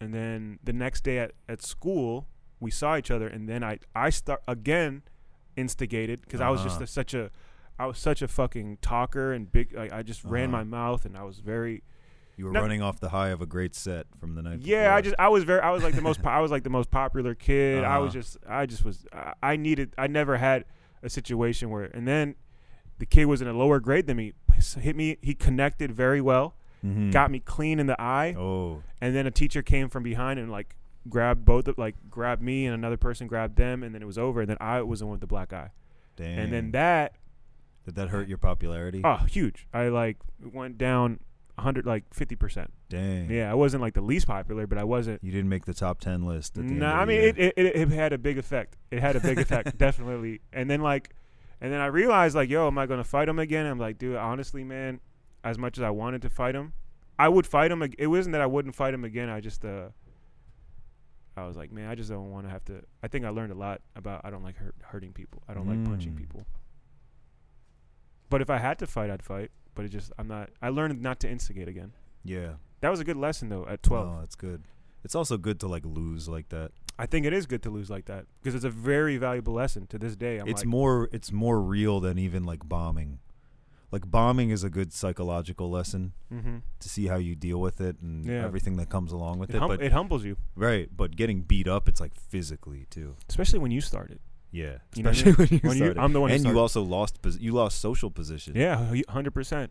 [SPEAKER 1] and then the next day at at school we saw each other, and then I I start again instigated because I was just
[SPEAKER 2] Uh-huh.
[SPEAKER 1] a, such a I was such a fucking talker and big. Like, I just ran
[SPEAKER 2] Uh-huh.
[SPEAKER 1] my mouth and I was very
[SPEAKER 2] you were
[SPEAKER 1] no-
[SPEAKER 2] running off the high of a great set from the night.
[SPEAKER 1] Yeah,
[SPEAKER 2] before.
[SPEAKER 1] I just I was very I was like the most po- I was like the most popular kid. I was
[SPEAKER 2] Uh-huh.
[SPEAKER 1] just I just was I, I needed I never had a situation where and then the kid was in a lower grade than me s- hit me he connected very well
[SPEAKER 2] Mhm.
[SPEAKER 1] got me clean in the eye
[SPEAKER 2] Oh,
[SPEAKER 1] and then a teacher came from behind and like grabbed both of like grabbed me and another person grabbed them and then it was over and then I was the one with the black eye
[SPEAKER 2] damn.
[SPEAKER 1] and then that
[SPEAKER 2] did that hurt your popularity?
[SPEAKER 1] oh huge I like went down 100 like 50 percent
[SPEAKER 2] Dang.
[SPEAKER 1] yeah I wasn't like the least popular but I wasn't
[SPEAKER 2] You didn't make the top ten list. At the end
[SPEAKER 1] No,
[SPEAKER 2] of
[SPEAKER 1] I
[SPEAKER 2] the
[SPEAKER 1] mean
[SPEAKER 2] year.
[SPEAKER 1] it, it, it, it had a big effect. It had a big effect, definitely. And then like, and then I realized like, yo, am I gonna fight him again? I'm like, dude, honestly, man, as much as I wanted to fight him, I would fight him. ag- It wasn't that I wouldn't fight him again. I just uh, I was like, man, I just don't want to have to. I think I learned a lot about I don't like hurt, hurting people. I don't like punching
[SPEAKER 2] Mm.
[SPEAKER 1] people. But if I had to fight, I'd fight. But it just I'm not. I learned not to instigate again.
[SPEAKER 2] Yeah.
[SPEAKER 1] That was a good lesson though. At 12.
[SPEAKER 2] Oh, that's good. It's also good to like lose like that.
[SPEAKER 1] I think it is good to lose like that because it's a very valuable lesson to this day. I'm
[SPEAKER 2] it's
[SPEAKER 1] like,
[SPEAKER 2] more it's more real than even like bombing. Like bombing is a good psychological lesson
[SPEAKER 1] mhm.
[SPEAKER 2] to see how you deal with it and
[SPEAKER 1] Yeah.
[SPEAKER 2] everything that comes along with
[SPEAKER 1] it,
[SPEAKER 2] it.
[SPEAKER 1] hum-
[SPEAKER 2] but
[SPEAKER 1] it humbles you,
[SPEAKER 2] right, but getting beat up, it's like physically too.
[SPEAKER 1] especially when you started.
[SPEAKER 2] Yeah,
[SPEAKER 1] You know what I
[SPEAKER 2] especially when you
[SPEAKER 1] When you-
[SPEAKER 2] started.
[SPEAKER 1] I'm the one who
[SPEAKER 2] and you
[SPEAKER 1] started.
[SPEAKER 2] also lost pos- you lost social position.
[SPEAKER 1] Yeah, hundred percent.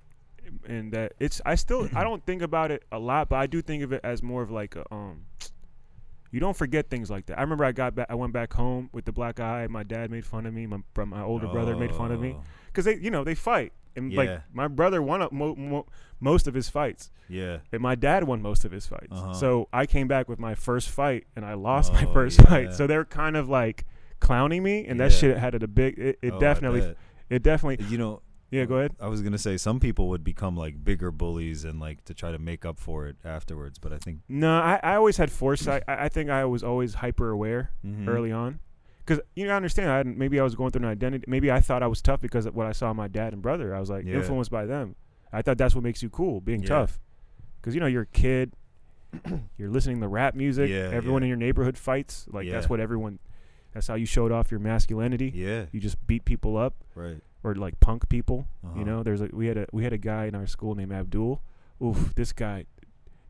[SPEAKER 1] And that it's I still I don't think about it a lot, but I do think of it as more of like a, um, you don't forget things like that. I remember I got back, I went back home with the black eye. My dad made fun of me. My bro- my older brother made fun of me
[SPEAKER 2] Oh,
[SPEAKER 1] because they you know they fight and
[SPEAKER 2] Yeah.
[SPEAKER 1] like my brother won up mo- mo- most of his fights.
[SPEAKER 2] Yeah.
[SPEAKER 1] and my dad won most of his fights.
[SPEAKER 2] Uh-huh.
[SPEAKER 1] So I came back with my first fight and I lost my
[SPEAKER 2] Oh,
[SPEAKER 1] first
[SPEAKER 2] yeah.
[SPEAKER 1] fight. So they're kind of like clowning me, and that
[SPEAKER 2] Yeah.
[SPEAKER 1] shit had it a big. It, it
[SPEAKER 2] Oh, I
[SPEAKER 1] definitely,
[SPEAKER 2] bet. Uh-huh.
[SPEAKER 1] it definitely.
[SPEAKER 2] You know,
[SPEAKER 1] Yeah, go ahead.
[SPEAKER 2] I was gonna say some people would become like bigger bullies and like to try to make up for it afterwards, but I think
[SPEAKER 1] No, I, I always had foresight. I, I think I was always hyper aware
[SPEAKER 2] Mhm.
[SPEAKER 1] early on, because you know I understand. I hadn't, maybe I was going through an identity. Maybe I thought I was tough because of what I saw my dad and brother. I was like
[SPEAKER 2] Yeah.
[SPEAKER 1] influenced by them. I thought that's what makes you cool, being
[SPEAKER 2] Yeah.
[SPEAKER 1] tough. Because you know you're a kid, you're listening to rap music.
[SPEAKER 2] Yeah,
[SPEAKER 1] everyone
[SPEAKER 2] yeah.
[SPEAKER 1] in your neighborhood fights. Like that's
[SPEAKER 2] Yeah.
[SPEAKER 1] what everyone. That's how you showed off your masculinity.
[SPEAKER 2] Yeah.
[SPEAKER 1] You just beat people up.
[SPEAKER 2] Right.
[SPEAKER 1] or like punk people.
[SPEAKER 2] Uh-huh.
[SPEAKER 1] You know, there's a we had a we had a guy in our school named Abdul. Oof, this guy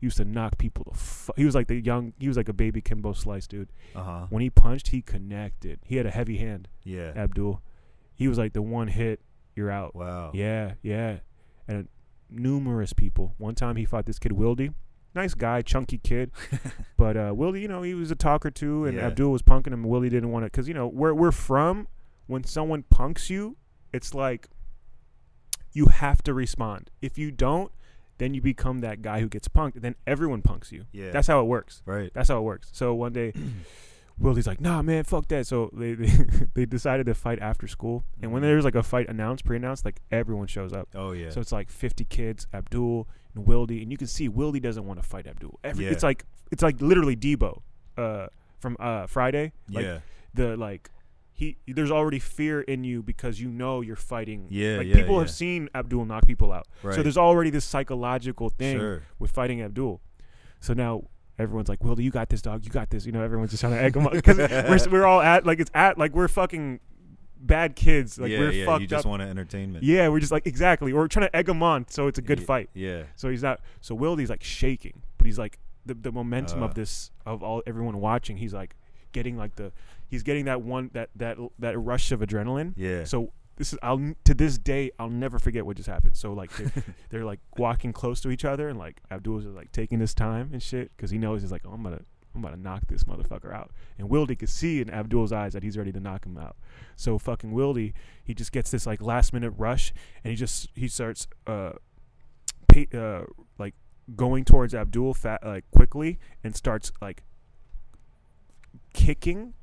[SPEAKER 1] used to knock people the fu- He was like the young. He was like a baby Kimbo Slice dude.
[SPEAKER 2] Uh huh.
[SPEAKER 1] When he punched, he connected. He had a heavy hand.
[SPEAKER 2] Yeah.
[SPEAKER 1] Abdul. He was like the one hit, you're out.
[SPEAKER 2] Wow.
[SPEAKER 1] Yeah, yeah. And numerous people. One time he fought this kid Wildy. Nice guy, chunky kid. but uh Wildy, you know, he was a talker too and
[SPEAKER 2] Yeah.
[SPEAKER 1] Abdul was punking him. Wildy didn't want to cuz you know, where we're from, when someone punks you, it's like you have to respond. If you don't, then you become that guy who gets punked, and then everyone punks you.
[SPEAKER 2] Yeah.
[SPEAKER 1] That's how it works.
[SPEAKER 2] right.
[SPEAKER 1] That's how it works. So one day, Willie's like, "Nah, man, fuck that." So they they, they decided to fight after school. And when
[SPEAKER 2] Mhm.
[SPEAKER 1] there's like a fight announced, pre-announced, like everyone shows up.
[SPEAKER 2] Oh yeah.
[SPEAKER 1] So it's like 50 kids, Abdul and Wildy, and you can see Wildy doesn't want to fight Abdul. Every
[SPEAKER 2] Yeah.
[SPEAKER 1] it's like it's like literally Debo, uh, from uh Friday. Like
[SPEAKER 2] yeah.
[SPEAKER 1] the like he there's already fear in you because you know you're fighting.
[SPEAKER 2] Yeah,
[SPEAKER 1] like
[SPEAKER 2] yeah,
[SPEAKER 1] people have
[SPEAKER 2] yeah.
[SPEAKER 1] seen Abdul knock people out.
[SPEAKER 2] Right.
[SPEAKER 1] So there's already this psychological thing
[SPEAKER 2] Sure.
[SPEAKER 1] with fighting Abdul. So now everyone's like, "Wildy, you got this, dog. You got this." You know, everyone's just trying to egg him on because we're, we're all at like it's at like we're fucking bad kids. Like
[SPEAKER 2] yeah,
[SPEAKER 1] we're
[SPEAKER 2] yeah.
[SPEAKER 1] fucked
[SPEAKER 2] you just
[SPEAKER 1] up.
[SPEAKER 2] want entertainment.
[SPEAKER 1] yeah, we're just like exactly. We're trying to egg him on, so it's a good
[SPEAKER 2] Y-
[SPEAKER 1] fight.
[SPEAKER 2] Yeah.
[SPEAKER 1] So he's not. So Wildy's like shaking, but he's like the the momentum
[SPEAKER 2] Uh.
[SPEAKER 1] of this of all everyone watching. He's like getting like the he's getting that one that that that rush of adrenaline.
[SPEAKER 2] Yeah.
[SPEAKER 1] So this is I'll to this day I'll never forget what just happened. So like they're, they're like walking close to each other and like Abdul's just like taking his time and shit because he knows he's like oh, I'm gonna I'm gonna knock this motherfucker out. And Wildy could see in Abdul's eyes that he's ready to knock him out. So fucking Wildy he just gets this like last minute rush and he just he starts uh, pa- uh like going towards Abdul fat like quickly and starts like kicking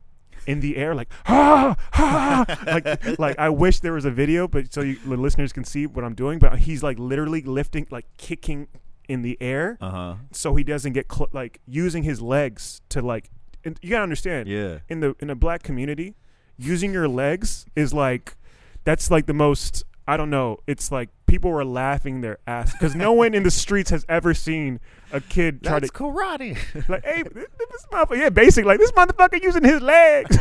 [SPEAKER 1] in the air like ah, ah like like I wish there was a video but so you, the listeners can see what I'm doing but he's like literally lifting like kicking in the air
[SPEAKER 2] Uh huh.
[SPEAKER 1] so he doesn't get cl- like using his legs to like and you got to understand
[SPEAKER 2] Yeah.
[SPEAKER 1] in the in a black community using your legs is like that's like the most I don't know it's like people were laughing their ass cuz no one in the streets has ever seen a kid try to
[SPEAKER 2] karate.
[SPEAKER 1] like, hey, this, this motherfucker, yeah, basic. Like, this motherfucker using his legs.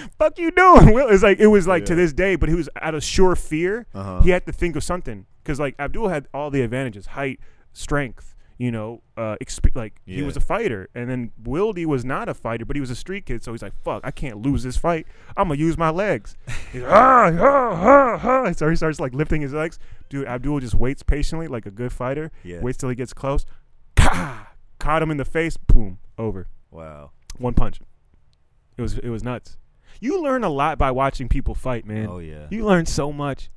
[SPEAKER 1] Fuck you doing? Will it's like it was like to
[SPEAKER 2] Yeah.
[SPEAKER 1] this day, but he was out of sure fear.
[SPEAKER 2] Uh-huh.
[SPEAKER 1] He had to think of something because like Abdul had all the advantages: height, strength. You know, uh, exp- like he
[SPEAKER 2] Yeah.
[SPEAKER 1] was a fighter, and then Wildy was not a fighter, but he was a street kid. So he's like, "Fuck, I can't lose this fight. I'm gonna use my legs." He's like, ah, ah, ah, ah. So he starts like lifting his legs. Dude, Abdul just waits patiently, like a good fighter.
[SPEAKER 2] Yeah.
[SPEAKER 1] Waits till he gets close. Ka! Caught him in the face. Boom. Over.
[SPEAKER 2] Wow.
[SPEAKER 1] One punch. It was it was nuts. You learn a lot by watching people fight, man.
[SPEAKER 2] oh yeah.
[SPEAKER 1] You learn so much.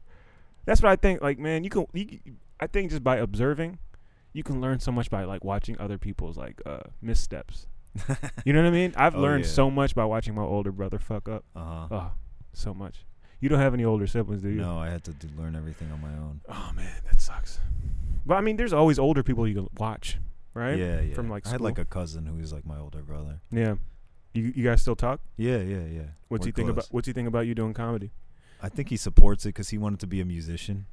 [SPEAKER 1] That's what I think. Like, man, you can. You, I think just by observing, you can learn so much by like watching other people's like uh, missteps. You know what I mean? I've
[SPEAKER 2] Oh,
[SPEAKER 1] learned
[SPEAKER 2] yeah.
[SPEAKER 1] so much by watching my older brother fuck up.
[SPEAKER 2] uh huh.
[SPEAKER 1] Oh, so much. You don't have any older siblings, do you?
[SPEAKER 2] No, I had to do, learn everything on my own.
[SPEAKER 1] Oh man, that sucks. But I mean, there's always older people you can watch, right?
[SPEAKER 2] Yeah, yeah.
[SPEAKER 1] From, like,
[SPEAKER 2] I had like
[SPEAKER 1] school?
[SPEAKER 2] a cousin who was like my older brother.
[SPEAKER 1] Yeah. You you guys still talk?
[SPEAKER 2] Yeah, yeah, yeah.
[SPEAKER 1] What's
[SPEAKER 2] We're
[SPEAKER 1] he think
[SPEAKER 2] close.
[SPEAKER 1] about what's he think about you doing comedy?
[SPEAKER 2] I think he supports it because he wanted to be a musician,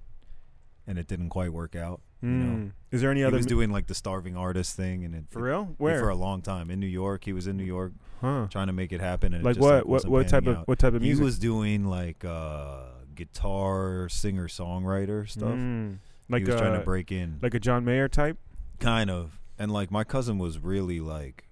[SPEAKER 2] and it didn't quite work out. You know?
[SPEAKER 1] Mm. Is there any
[SPEAKER 2] he
[SPEAKER 1] other
[SPEAKER 2] was
[SPEAKER 1] mu-
[SPEAKER 2] doing like the starving artist thing, and it
[SPEAKER 1] for
[SPEAKER 2] it-
[SPEAKER 1] real?
[SPEAKER 2] for
[SPEAKER 1] Where?
[SPEAKER 2] a long time in New York. He was in New York
[SPEAKER 1] huh.
[SPEAKER 2] trying to make it happen, and it
[SPEAKER 1] Like
[SPEAKER 2] just,
[SPEAKER 1] what
[SPEAKER 2] Like,
[SPEAKER 1] what
[SPEAKER 2] wasn't
[SPEAKER 1] what type
[SPEAKER 2] panning
[SPEAKER 1] of
[SPEAKER 2] out.
[SPEAKER 1] what type of music?
[SPEAKER 2] He was doing like uh, guitar singer songwriter stuff.
[SPEAKER 1] Mm. Like
[SPEAKER 2] mm-hmm. he was trying
[SPEAKER 1] uh,
[SPEAKER 2] to break in,
[SPEAKER 1] like a John Mayer type?
[SPEAKER 2] kind of. And like my cousin was really like,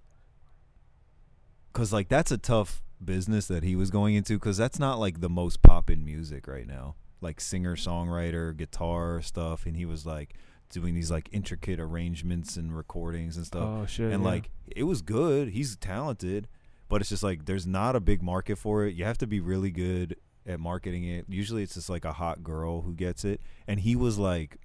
[SPEAKER 2] because like that's a tough business that he was going into because that's not like the most poppin' music right now, like singer songwriter guitar stuff. And he was like doing these like intricate arrangements and recordings and stuff
[SPEAKER 1] oh shit.
[SPEAKER 2] and
[SPEAKER 1] yeah.
[SPEAKER 2] like it was good. He's talented, but it's just like there's not a big market for it. You have to be really good at marketing it. Usually, it's just like a hot girl who gets it. And he was like,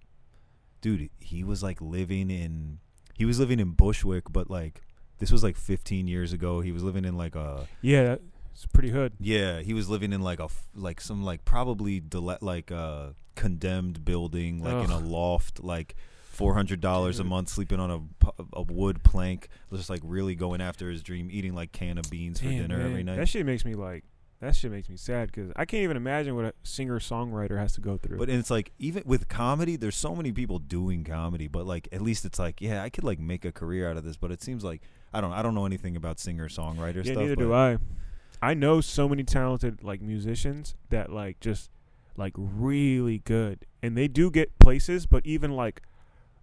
[SPEAKER 2] dude, he was like living in he was living in Bushwick, but like this was like 15 years ago. He was living in like a
[SPEAKER 1] Yeah, that- it's pretty hood.
[SPEAKER 2] yeah, he was living in like a f- like some like probably dele- like a condemned building, like in a
[SPEAKER 1] Ugh.
[SPEAKER 2] loft, like four hundred dollars a
[SPEAKER 1] Dude.
[SPEAKER 2] month, sleeping on a pu- a wood plank, just like really going after his dream, eating like can of beans for
[SPEAKER 1] Damn,
[SPEAKER 2] dinner
[SPEAKER 1] man.
[SPEAKER 2] every night.
[SPEAKER 1] That shit makes me like that shit makes me sad cuz I can't even imagine what a singer songwriter has to go through.
[SPEAKER 2] but it's like even with comedy, there's so many people doing comedy, but like at least it's like yeah, I could like make a career out of this. But it seems like I don't I don't know anything about singer songwriter
[SPEAKER 1] yeah,
[SPEAKER 2] stuff.
[SPEAKER 1] neither
[SPEAKER 2] but
[SPEAKER 1] do I. I know so many talented like musicians that like just like really good, and they do get places. But even like,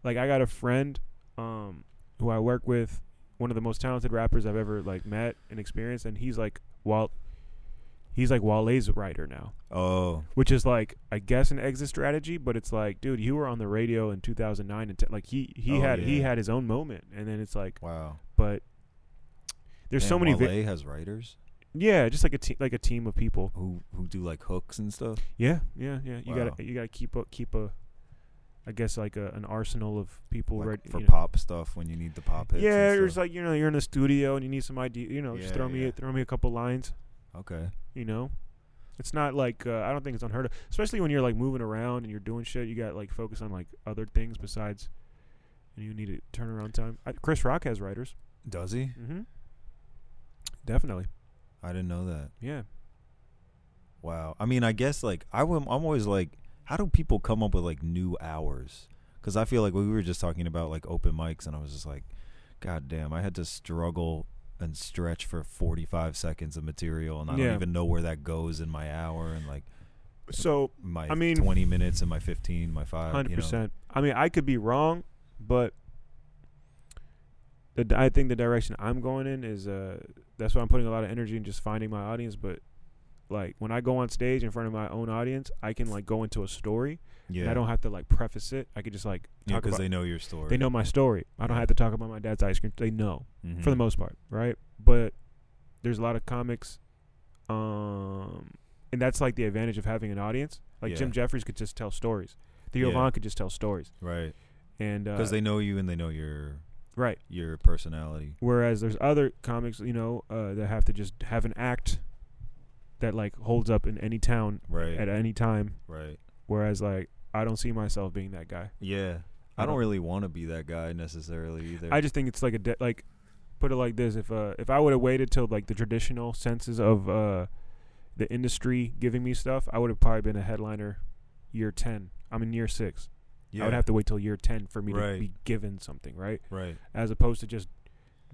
[SPEAKER 1] like I got a friend um, who I work with, one of the most talented rappers I've ever like met and experienced, and he's like Walt. He's like Wale's writer now,
[SPEAKER 2] Oh,
[SPEAKER 1] which is like I guess an exit strategy, but it's like, dude, you were on the radio in 2009 and 10, like he he
[SPEAKER 2] Oh,
[SPEAKER 1] had he
[SPEAKER 2] yeah.
[SPEAKER 1] had his own moment, and then it's like,
[SPEAKER 2] wow.
[SPEAKER 1] but there's so
[SPEAKER 2] Damn,
[SPEAKER 1] many, vi-
[SPEAKER 2] Wale has writers
[SPEAKER 1] yeah, just like a te- like a team of people.
[SPEAKER 2] who who do like hooks and stuff.
[SPEAKER 1] Yeah, yeah, yeah. You
[SPEAKER 2] Wow.
[SPEAKER 1] gotta you gotta keep a keep a, I guess like a, an arsenal of people
[SPEAKER 2] Like
[SPEAKER 1] ready
[SPEAKER 2] for
[SPEAKER 1] you know.
[SPEAKER 2] pop stuff when you need the pop hits.
[SPEAKER 1] Yeah,
[SPEAKER 2] and
[SPEAKER 1] or it's
[SPEAKER 2] stuff.
[SPEAKER 1] like you know you're in the studio and you need some idea. You know, just
[SPEAKER 2] Yeah,
[SPEAKER 1] throw me
[SPEAKER 2] yeah.
[SPEAKER 1] a, throw me a couple lines.
[SPEAKER 2] okay.
[SPEAKER 1] You know, it's not like uh, I don't think it's unheard of, especially when you're like moving around and you're doing shit. You got like focus on like other things besides, and you need a turnaround time. I, Chris Rock has writers.
[SPEAKER 2] Does he?
[SPEAKER 1] Mm-hmm. Definitely,
[SPEAKER 2] I didn't know that.
[SPEAKER 1] yeah.
[SPEAKER 2] Wow. I mean, I guess like I am I'm always like, how do people come up with like new hours? Because I feel like we were just talking about like open mics, and I was just like, God damn, I had to struggle and stretch for 45 seconds of material, and I
[SPEAKER 1] Yeah.
[SPEAKER 2] don't even know where that goes in my hour and like
[SPEAKER 1] So
[SPEAKER 2] my
[SPEAKER 1] I mean-
[SPEAKER 2] 20 minutes and my 15, my five.
[SPEAKER 1] Hundred
[SPEAKER 2] you know.
[SPEAKER 1] percent. I mean, I could be wrong, but the di- I think the direction I'm going in is uh that's why I'm putting a lot of energy in just finding my audience. But like when I go on stage in front of my own audience, I can like go into a story. And
[SPEAKER 2] Yeah.
[SPEAKER 1] I don't have to like preface it. I could just like talk
[SPEAKER 2] because
[SPEAKER 1] about.
[SPEAKER 2] they know your story.
[SPEAKER 1] They know my story. I don't
[SPEAKER 2] Yeah.
[SPEAKER 1] have to talk about my dad's ice cream. They know
[SPEAKER 2] Mhm.
[SPEAKER 1] for the most part, right? But there's a lot of comics, um, and that's like the advantage of having an audience. Like
[SPEAKER 2] Yeah.
[SPEAKER 1] Jim Jeffries could just tell stories. Theo
[SPEAKER 2] Yeah.
[SPEAKER 1] Von could just tell stories,
[SPEAKER 2] Right.
[SPEAKER 1] and uh,
[SPEAKER 2] Because
[SPEAKER 1] because
[SPEAKER 2] they know you and they know your
[SPEAKER 1] right.
[SPEAKER 2] your personality.
[SPEAKER 1] Whereas there's other comics, you know, uh, that have to just have an act that like holds up in any town
[SPEAKER 2] Right.
[SPEAKER 1] at any time.
[SPEAKER 2] Right.
[SPEAKER 1] Whereas like I don't see myself being that guy.
[SPEAKER 2] Yeah.
[SPEAKER 1] I
[SPEAKER 2] I don't
[SPEAKER 1] don't-
[SPEAKER 2] really want to be that guy necessarily either.
[SPEAKER 1] I just think it's like a de- like put it like this if uh if I would have waited till like the traditional senses of uh the industry giving me stuff, I would have probably been a headliner year 10. I'm in year 6. I would have to wait till year 10 for me to
[SPEAKER 2] Right.
[SPEAKER 1] be given something, right?
[SPEAKER 2] Right.
[SPEAKER 1] As opposed to just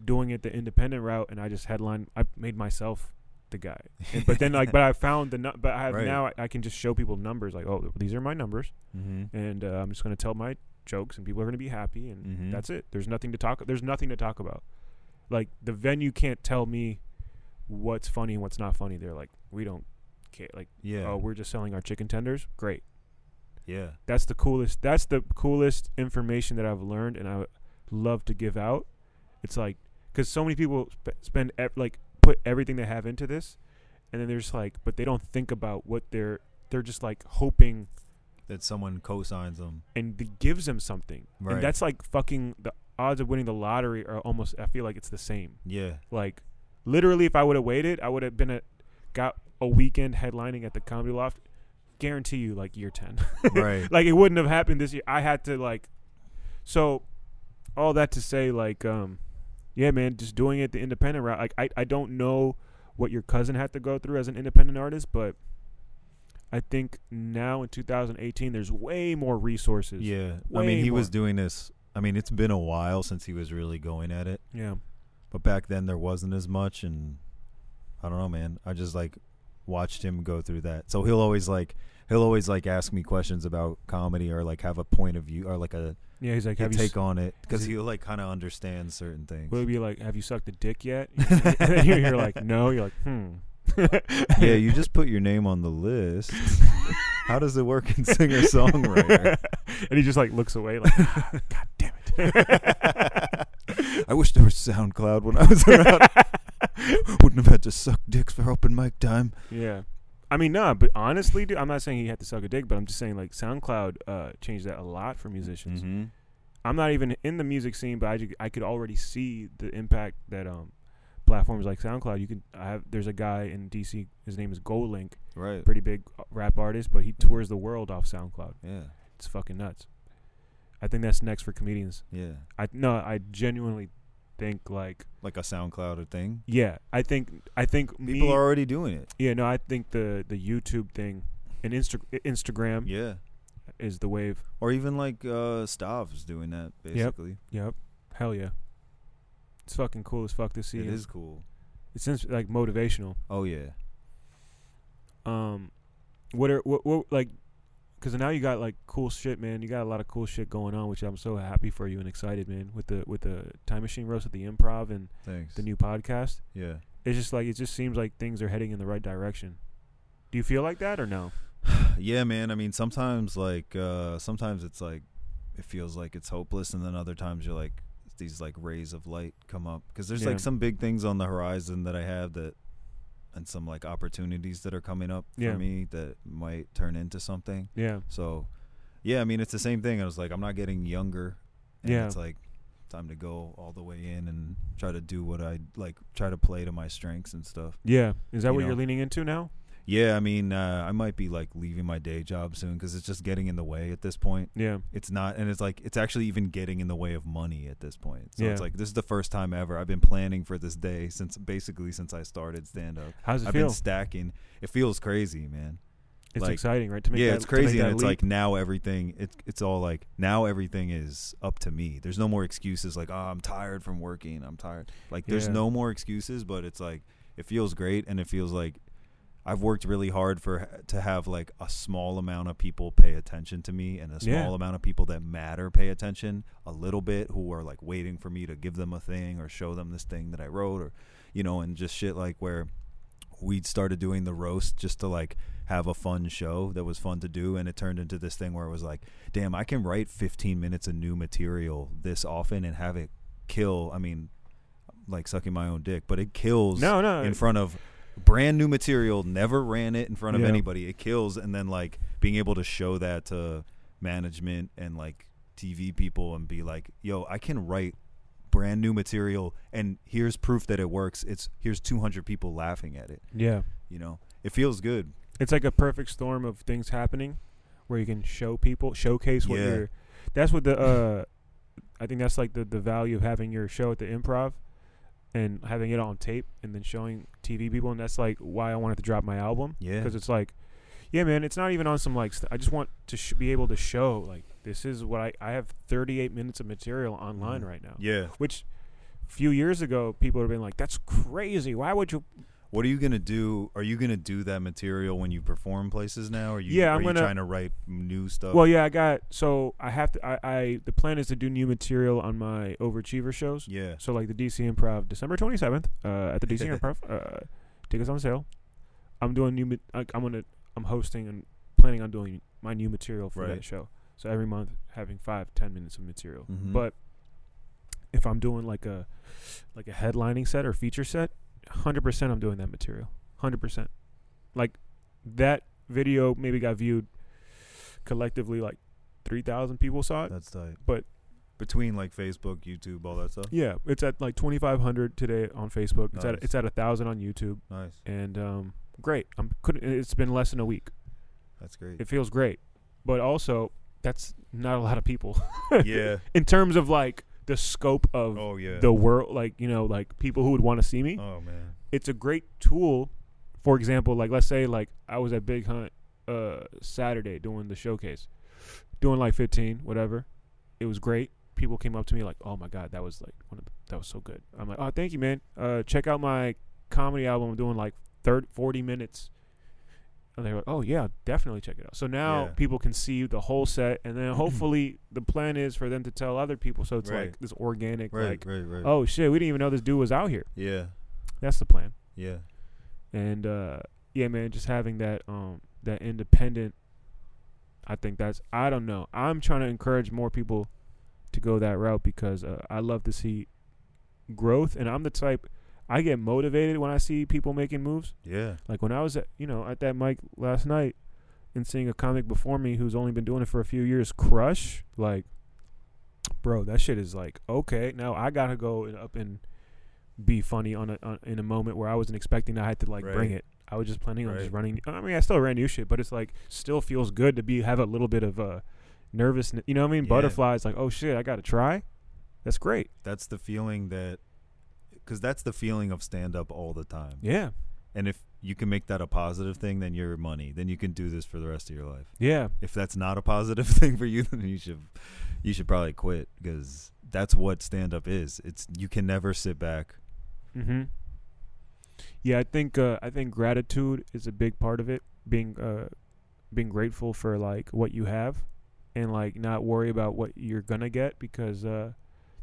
[SPEAKER 1] doing it the independent route and I just headline I made myself the guy. And, but then like but I found the nu- but I have
[SPEAKER 2] Right.
[SPEAKER 1] now I, I can just show people numbers like oh these are my numbers
[SPEAKER 2] Mm-hmm.
[SPEAKER 1] and uh, I'm just going to tell my jokes and people are going to be happy and
[SPEAKER 2] Mhm.
[SPEAKER 1] that's it. There's nothing to talk there's nothing to talk about. Like the venue can't tell me what's funny and what's not funny. They're like we don't care like
[SPEAKER 2] Yeah.
[SPEAKER 1] oh we're just selling our chicken tenders. Great.
[SPEAKER 2] yeah.
[SPEAKER 1] That's the coolest that's the coolest information that I've learned and I love to give out. It's like cuz so many people sp- spend ev- like put everything they have into this and then they're just like but they don't think about what they're they're just like hoping
[SPEAKER 2] That someone co-signs them.
[SPEAKER 1] and th- gives them something.
[SPEAKER 2] Right.
[SPEAKER 1] And that's like fucking the odds of winning the lottery are almost. I feel like it's the same.
[SPEAKER 2] Yeah.
[SPEAKER 1] Like literally, if I would have waited, I would have been a got a weekend headlining at the Comedy Loft. Guarantee you, like year ten,
[SPEAKER 2] Right.
[SPEAKER 1] like it wouldn't have happened this year. I had to like, so all that to say, like, um, yeah, man, just doing it the independent route. Like, I I don't know what your cousin had to go through as an independent artist, but. I think now in 2018, there's way more resources.
[SPEAKER 2] yeah. I
[SPEAKER 1] way
[SPEAKER 2] mean, he was
[SPEAKER 1] more.
[SPEAKER 2] doing this. I mean, it's been a while since he was really going at it,
[SPEAKER 1] Yeah.
[SPEAKER 2] but back then there wasn't as much, and I don't know, man. I just like watched him go through that. So he'll always like he'll always like ask me questions about comedy or like have a point of view or like a
[SPEAKER 1] Yeah, he's like,
[SPEAKER 2] a
[SPEAKER 1] have you?
[SPEAKER 2] take on it because
[SPEAKER 1] is it-
[SPEAKER 2] he'll like kind of understand certain things.
[SPEAKER 1] we'll be like, have you sucked a dick yet? and you're, you're like, no. You're like, hmm.
[SPEAKER 2] yeah, you just put your name on the list. How does it work in singer songwriter?
[SPEAKER 1] and he just like looks away, like, "Ah, God damn it.
[SPEAKER 2] I wish there was SoundCloud when I was around. Wouldn't have had to suck dicks for open mic time.
[SPEAKER 1] yeah. I mean, nah, but honestly, dude, I'm not saying he had to suck a dick, but I'm just saying like SoundCloud uh, changed that a lot for musicians.
[SPEAKER 2] Mm-hmm.
[SPEAKER 1] I'm not even in the music scene, but I, ju- I could already see the impact that um platforms like SoundCloud. You can I have there's a guy in DC. His name is Golink.
[SPEAKER 2] Right.
[SPEAKER 1] pretty big uh, rap artist, but he tours the world off SoundCloud.
[SPEAKER 2] Yeah.
[SPEAKER 1] It's fucking nuts. I think that's next for comedians.
[SPEAKER 2] Yeah.
[SPEAKER 1] I no, I genuinely think like
[SPEAKER 2] Like a SoundCloud or thing.
[SPEAKER 1] yeah, I think I think me,
[SPEAKER 2] People are already doing it.
[SPEAKER 1] yeah, no, I think the the YouTube thing and Insta- Instagram
[SPEAKER 2] Yeah.
[SPEAKER 1] is the wave.
[SPEAKER 2] Or even like uh Stav's doing that basically.
[SPEAKER 1] Yep. Hell yeah. It's fucking cool as fuck to see.
[SPEAKER 2] It
[SPEAKER 1] and
[SPEAKER 2] is cool.
[SPEAKER 1] It's ins- like motivational.
[SPEAKER 2] Oh yeah.
[SPEAKER 1] Um What are what, what like? Because now you got like cool shit, man. You got a lot of cool shit going on, which I'm so happy for you and excited, man. With the with the time machine roast at the improv and
[SPEAKER 2] Thanks.
[SPEAKER 1] the new podcast,
[SPEAKER 2] yeah.
[SPEAKER 1] it's just like it just seems like things are heading in the right direction. Do you feel like that or no?
[SPEAKER 2] Yeah, man. I mean, sometimes like uh sometimes it's like it feels like it's hopeless and then other times you're like these like rays of light come up cuz there's
[SPEAKER 1] Yeah.
[SPEAKER 2] like some big things on the horizon that I have that and some like opportunities that are coming up
[SPEAKER 1] Yeah.
[SPEAKER 2] for me that might turn into something.
[SPEAKER 1] Yeah,
[SPEAKER 2] So, yeah, I mean, it's the same thing. I was like, I'm not getting younger. And
[SPEAKER 1] Yeah.
[SPEAKER 2] It's like time to go all the way in and try to do what I like, try to play to my strengths and stuff.
[SPEAKER 1] yeah. Is that
[SPEAKER 2] You
[SPEAKER 1] what
[SPEAKER 2] know.
[SPEAKER 1] you're leaning into now?
[SPEAKER 2] Yeah, I mean, uh, I might be like leaving my day job soon because it's just getting in the way at this point.
[SPEAKER 1] Yeah,
[SPEAKER 2] It's not, and it's like, it's actually even getting in the way of money at this point. So it's
[SPEAKER 1] Yeah.
[SPEAKER 2] like, this is the first time ever. I've been planning for this day since basically since I started stand up.
[SPEAKER 1] how's it
[SPEAKER 2] I've
[SPEAKER 1] feel?
[SPEAKER 2] been stacking. It feels crazy, man.
[SPEAKER 1] it's
[SPEAKER 2] like-
[SPEAKER 1] exciting, right? To make
[SPEAKER 2] yeah,
[SPEAKER 1] that,
[SPEAKER 2] it's
[SPEAKER 1] to make
[SPEAKER 2] crazy,
[SPEAKER 1] that
[SPEAKER 2] and it's
[SPEAKER 1] leap.
[SPEAKER 2] like now everything it's it's all like now everything is up to me. There's no more excuses like oh, I'm tired from working. I'm tired. Like there's
[SPEAKER 1] Yeah.
[SPEAKER 2] no more excuses, but it's like it feels great, and it feels like I've worked really hard for to have like a small amount of people pay attention to me, and a small
[SPEAKER 1] Yeah.
[SPEAKER 2] amount of people that matter pay attention a little bit, who are like waiting for me to give them a thing or show them this thing that I wrote, or you know, and just shit like where we started doing the roast just to like have a fun show that was fun to do and it turned into this thing where it was like damn i can write 15 minutes of new material this often and have it kill i mean like sucking my own dick but it kills
[SPEAKER 1] no, no.
[SPEAKER 2] in front of brand new material never ran it in front of
[SPEAKER 1] Yeah.
[SPEAKER 2] anybody it kills and then like being able to show that to management and like tv people and be like yo i can write brand new material and here's proof that it works it's here's 200 people laughing at it
[SPEAKER 1] yeah,
[SPEAKER 2] you know it feels good
[SPEAKER 1] it's like a perfect storm of things happening where you can show people showcase what
[SPEAKER 2] Yeah.
[SPEAKER 1] you're that's what the uh i think that's like the the value of having your show at the improv and having it on tape and then showing tv people and that's like why i wanted to drop my album
[SPEAKER 2] Yeah.
[SPEAKER 1] because it's like yeah man it's not even on some like st- i just want to sh- be able to show like this is what i i have 38 minutes of material online
[SPEAKER 2] Mhm.
[SPEAKER 1] right now
[SPEAKER 2] yeah
[SPEAKER 1] which few years ago people would have been like that's crazy why would you
[SPEAKER 2] what are you gonna do are you gonna do that material when you perform places now or you
[SPEAKER 1] Yeah,
[SPEAKER 2] are
[SPEAKER 1] I'm
[SPEAKER 2] you
[SPEAKER 1] gonna-
[SPEAKER 2] trying to write new stuff
[SPEAKER 1] Well, yeah, I got so I have to. I, I the plan is to do new material on my overachiever shows.
[SPEAKER 2] yeah
[SPEAKER 1] So like the DC Improv, December twenty seventh uh, at the DC Improv. Uh, tickets on sale. I'm doing new. ma- Like, I'm gonna. I'm hosting and planning on doing my new material for
[SPEAKER 2] Right.
[SPEAKER 1] that show. So every month having five ten minutes of material.
[SPEAKER 2] Mhm.
[SPEAKER 1] But if I'm doing like a like a headlining set or feature set, hundred percent I'm doing that material. Hundred percent. Like that video maybe got viewed collectively like three thousand people saw it.
[SPEAKER 2] that's tight
[SPEAKER 1] uh, but-
[SPEAKER 2] between like facebook youtube all that stuff
[SPEAKER 1] Yeah, it's at like twenty five hundred today on Facebook. It's
[SPEAKER 2] Nice.
[SPEAKER 1] at it's at a thousand on YouTube,
[SPEAKER 2] nice
[SPEAKER 1] and um, great. I'm couldn't. It's been less than a week.
[SPEAKER 2] that's great
[SPEAKER 1] It feels great, but also that's not a lot of people
[SPEAKER 2] yeah
[SPEAKER 1] in terms of like the scope of
[SPEAKER 2] oh yeah
[SPEAKER 1] the world. Like you know, like people who would want to see me.
[SPEAKER 2] oh man
[SPEAKER 1] it's a great tool. For example, like let's say like I was at Big Hunt uh Saturday doing the showcase, doing like 15, whatever. It was great. People came up to me like, "Oh my god, that was like one of the, that was so good." I'm like, "Oh, thank you, man. Uh check out my comedy album. I'm doing like 30 40 minutes." And they were like, "Oh yeah, definitely check it out." So now
[SPEAKER 2] Yeah.
[SPEAKER 1] people can see the whole set and then hopefully the plan is for them to tell other people so it's
[SPEAKER 2] Right.
[SPEAKER 1] like this organic
[SPEAKER 2] right
[SPEAKER 1] like,
[SPEAKER 2] right right
[SPEAKER 1] "Oh shit, we didn't even know this dude was out here."
[SPEAKER 2] yeah
[SPEAKER 1] That's the plan
[SPEAKER 2] yeah
[SPEAKER 1] and uh yeah man just having that um that independent i think that's i don't know i'm trying to encourage more people to go that route because uh, i love to see growth and i'm the type i get motivated when i see people making moves
[SPEAKER 2] yeah
[SPEAKER 1] like when i was at you know at that mic last night and seeing a comic before me who's only been doing it for a few years crush like bro that shit is like okay now i gotta go and up and be funny on a on, in a moment where i wasn't expecting i had to like bring
[SPEAKER 2] Right.
[SPEAKER 1] it i was just planning on just
[SPEAKER 2] Right.
[SPEAKER 1] running i mean i still ran new shit but it's like still feels good to be have a little bit of uh nervousness you know what i mean
[SPEAKER 2] Yeah.
[SPEAKER 1] butterflies like oh shit i gotta try that's great
[SPEAKER 2] that's the feeling that because that's the feeling of stand up all the time
[SPEAKER 1] yeah
[SPEAKER 2] and if you can make that a positive thing then you're money then you can do this for the rest of your life
[SPEAKER 1] yeah
[SPEAKER 2] if that's not a positive thing for you, then you should you should probably quit because that's what stand up is. It's you can never sit back.
[SPEAKER 1] Mm-hmm. Yeah, I think uh, I think gratitude is a big part of it. Being uh, being grateful for like what you have and like not worry about what you're gonna get because uh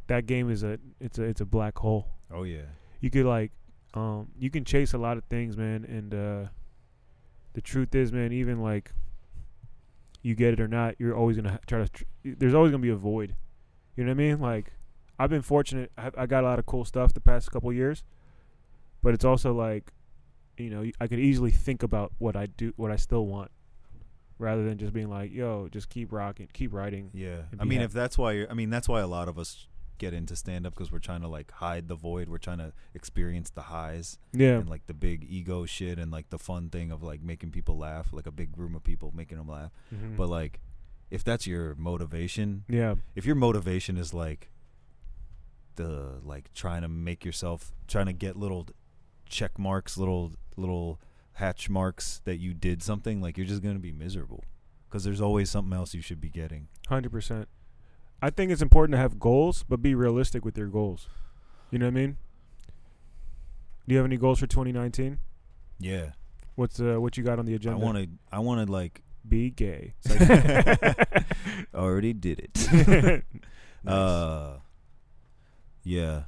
[SPEAKER 1] that game is a it's a it's a black hole.
[SPEAKER 2] Oh yeah.
[SPEAKER 1] You could like um you can chase a lot of things, man, and uh the truth is, man, even like you get it or not, you're always gonna ha- try to. Tr- there's always gonna be a void. You know what I mean? Like, I've been fortunate. I, I got a lot of cool stuff the past couple years, but it's also like, you know, I could easily think about what I do, what I still want, rather than just being like, yo, just keep rocking, keep writing.
[SPEAKER 2] Yeah.
[SPEAKER 1] and
[SPEAKER 2] I
[SPEAKER 1] be
[SPEAKER 2] mean,
[SPEAKER 1] happy.
[SPEAKER 2] if that's why you're, I mean, that's why a lot of us get into stand up because we're trying to like hide the void. We're trying to experience the highs
[SPEAKER 1] Yeah,
[SPEAKER 2] and like the big ego shit and like the fun thing of like making people laugh, like a big room of people making them laugh.
[SPEAKER 1] Mhm.
[SPEAKER 2] But like, if that's your motivation,
[SPEAKER 1] yeah,
[SPEAKER 2] if your motivation is like the like trying to make yourself trying to get little check marks little little hatch marks that you did something like you're just going to be miserable because there's always something else you should be getting
[SPEAKER 1] hundred percent. I think it's important to have goals, but be realistic with your goals. You know what I mean? Do you have any goals for 2019?
[SPEAKER 2] yeah
[SPEAKER 1] What's uh, what you got on the agenda?
[SPEAKER 2] i wanted i wanted like
[SPEAKER 1] be gay.
[SPEAKER 2] already did it
[SPEAKER 1] Nice.
[SPEAKER 2] uh yeah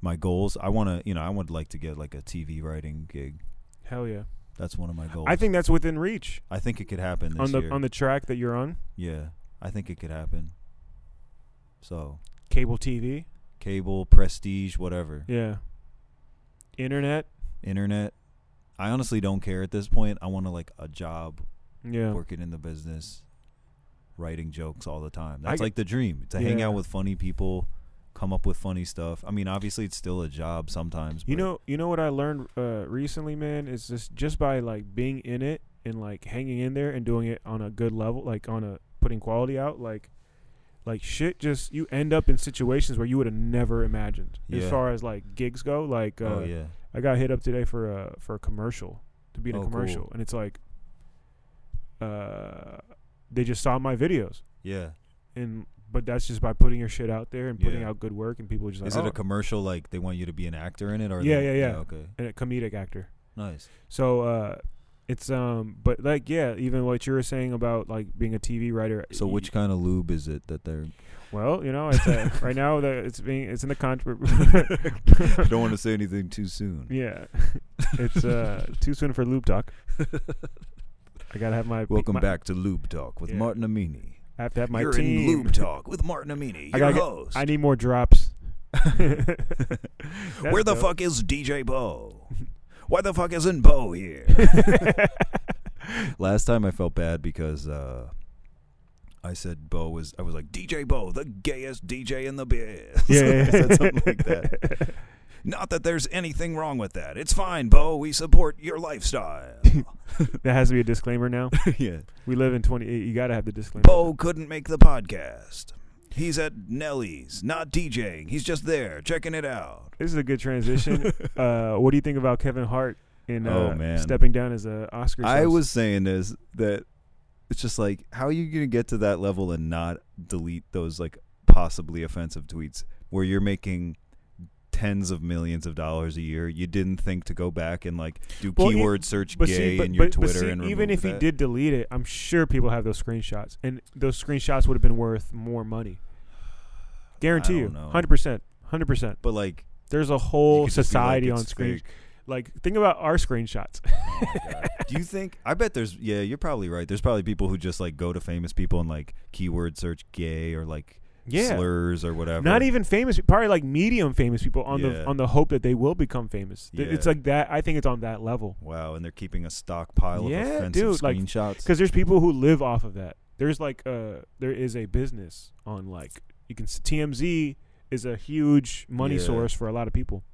[SPEAKER 2] my goals i want to you know i would like to get like a tv writing gig
[SPEAKER 1] Hell yeah!
[SPEAKER 2] that's one of my goals
[SPEAKER 1] I think that's within reach
[SPEAKER 2] I think it could happen this
[SPEAKER 1] on the
[SPEAKER 2] year
[SPEAKER 1] on the track that you're on,
[SPEAKER 2] Yeah, I think it could happen. So
[SPEAKER 1] cable TV.
[SPEAKER 2] cable, prestige, whatever,
[SPEAKER 1] Yeah. Internet.
[SPEAKER 2] internet. I honestly don't care at this point. I want to like a job,
[SPEAKER 1] Yeah.
[SPEAKER 2] working in the business, writing jokes all the time.
[SPEAKER 1] I
[SPEAKER 2] That's
[SPEAKER 1] g-
[SPEAKER 2] like the dream to hang
[SPEAKER 1] Yeah.
[SPEAKER 2] out with funny people, come up with funny stuff. I mean, obviously it's still a job sometimes.
[SPEAKER 1] You
[SPEAKER 2] but oh,
[SPEAKER 1] know, you know what I learned uh, recently, man, is just just by like being in it and like hanging in there and doing it on a good level, like on a putting quality out, like like shit. Just you end up in situations where you would have never imagined, as
[SPEAKER 2] Yeah.
[SPEAKER 1] far as like gigs go. Like, uh,
[SPEAKER 2] oh yeah,
[SPEAKER 1] I got hit up today for a for a commercial to be in
[SPEAKER 2] Oh,
[SPEAKER 1] a
[SPEAKER 2] cool.
[SPEAKER 1] commercial, and it's like, uh, they just saw my videos,
[SPEAKER 2] yeah.
[SPEAKER 1] and but that's just by putting your shit out there and putting
[SPEAKER 2] Yeah.
[SPEAKER 1] out good work, and people just like,
[SPEAKER 2] Is it
[SPEAKER 1] "Oh,"
[SPEAKER 2] a commercial? Like they want you to be an actor in it, or
[SPEAKER 1] Yeah,
[SPEAKER 2] they-
[SPEAKER 1] yeah, yeah.
[SPEAKER 2] Okay,
[SPEAKER 1] and a comedic actor.
[SPEAKER 2] nice.
[SPEAKER 1] So uh, it's um, but like yeah, even what you were saying about like being a TV writer.
[SPEAKER 2] So
[SPEAKER 1] y-
[SPEAKER 2] which kind of lube is it that they're?
[SPEAKER 1] Well, you know, it's uh right now the, it's being it's in the contract.
[SPEAKER 2] I don't want to say anything too soon.
[SPEAKER 1] yeah, it's uh too soon for lube talk. I gotta have my
[SPEAKER 2] Welcome
[SPEAKER 1] my-
[SPEAKER 2] back to Lube Talk with
[SPEAKER 1] Yeah.
[SPEAKER 2] Martin Amini.
[SPEAKER 1] I have to have my
[SPEAKER 2] You're
[SPEAKER 1] team.
[SPEAKER 2] in Lube Talk with Martin Amini,
[SPEAKER 1] I
[SPEAKER 2] your
[SPEAKER 1] gotta get-
[SPEAKER 2] host.
[SPEAKER 1] I need more drops.
[SPEAKER 2] Where the fuck is DJ Bo? Why the fuck isn't Bo here? Last time I felt bad because uh, I said Bo was. I was like DJ Bo, the gayest DJ in the biz.
[SPEAKER 1] Yeah, yeah,
[SPEAKER 2] I said something like that. Not that there's anything wrong with that. It's fine, Bo. We support your lifestyle.
[SPEAKER 1] That has to be a disclaimer now.
[SPEAKER 2] yeah.
[SPEAKER 1] We live in 28. You gotta have the disclaimer.
[SPEAKER 2] Bo couldn't make the podcast. He's at Nelly's, not DJing. He's just there checking it out.
[SPEAKER 1] This is a good transition. uh, what do you think about Kevin Hart in uh,
[SPEAKER 2] Oh, man.
[SPEAKER 1] stepping down as a Oscar?
[SPEAKER 2] I
[SPEAKER 1] host?
[SPEAKER 2] was saying this that it's just like how are you going to get to that level and not delete those like possibly offensive tweets where you're making tens of millions of dollars a year. You didn't think to go back and like do
[SPEAKER 1] Well, e-
[SPEAKER 2] keyword search
[SPEAKER 1] But
[SPEAKER 2] gay
[SPEAKER 1] see, but,
[SPEAKER 2] in your
[SPEAKER 1] but, but
[SPEAKER 2] Twitter
[SPEAKER 1] see,
[SPEAKER 2] and
[SPEAKER 1] even
[SPEAKER 2] remove
[SPEAKER 1] if he
[SPEAKER 2] that.
[SPEAKER 1] did delete it, I'm sure people have those screenshots, and those screenshots would have been worth more money. Guarantee
[SPEAKER 2] I
[SPEAKER 1] you,
[SPEAKER 2] don't know.
[SPEAKER 1] hundred percent, hundred percent.
[SPEAKER 2] but like
[SPEAKER 1] There's a
[SPEAKER 2] you
[SPEAKER 1] whole
[SPEAKER 2] could just be
[SPEAKER 1] society
[SPEAKER 2] like,
[SPEAKER 1] on
[SPEAKER 2] it's
[SPEAKER 1] screen.
[SPEAKER 2] fake.
[SPEAKER 1] Like, think about our screenshots.
[SPEAKER 2] Do you think? I bet there's. Yeah, you're probably right. There's probably people who just like go to famous people and like keyword search gay or like
[SPEAKER 1] yeah,
[SPEAKER 2] slurs or whatever.
[SPEAKER 1] not even famous, probably like medium famous people on
[SPEAKER 2] Yeah.
[SPEAKER 1] the on the hope that they will become famous. Th- It's
[SPEAKER 2] Yeah.
[SPEAKER 1] like that. I think it's on that level
[SPEAKER 2] Wow, and they're keeping a stockpile
[SPEAKER 1] Yeah,
[SPEAKER 2] of offensive
[SPEAKER 1] dude, like,
[SPEAKER 2] screenshots.
[SPEAKER 1] because there's people who live off of that. There's like uh there is a business on like you can s- TMZ is a huge money
[SPEAKER 2] Yeah.
[SPEAKER 1] source for a lot of people.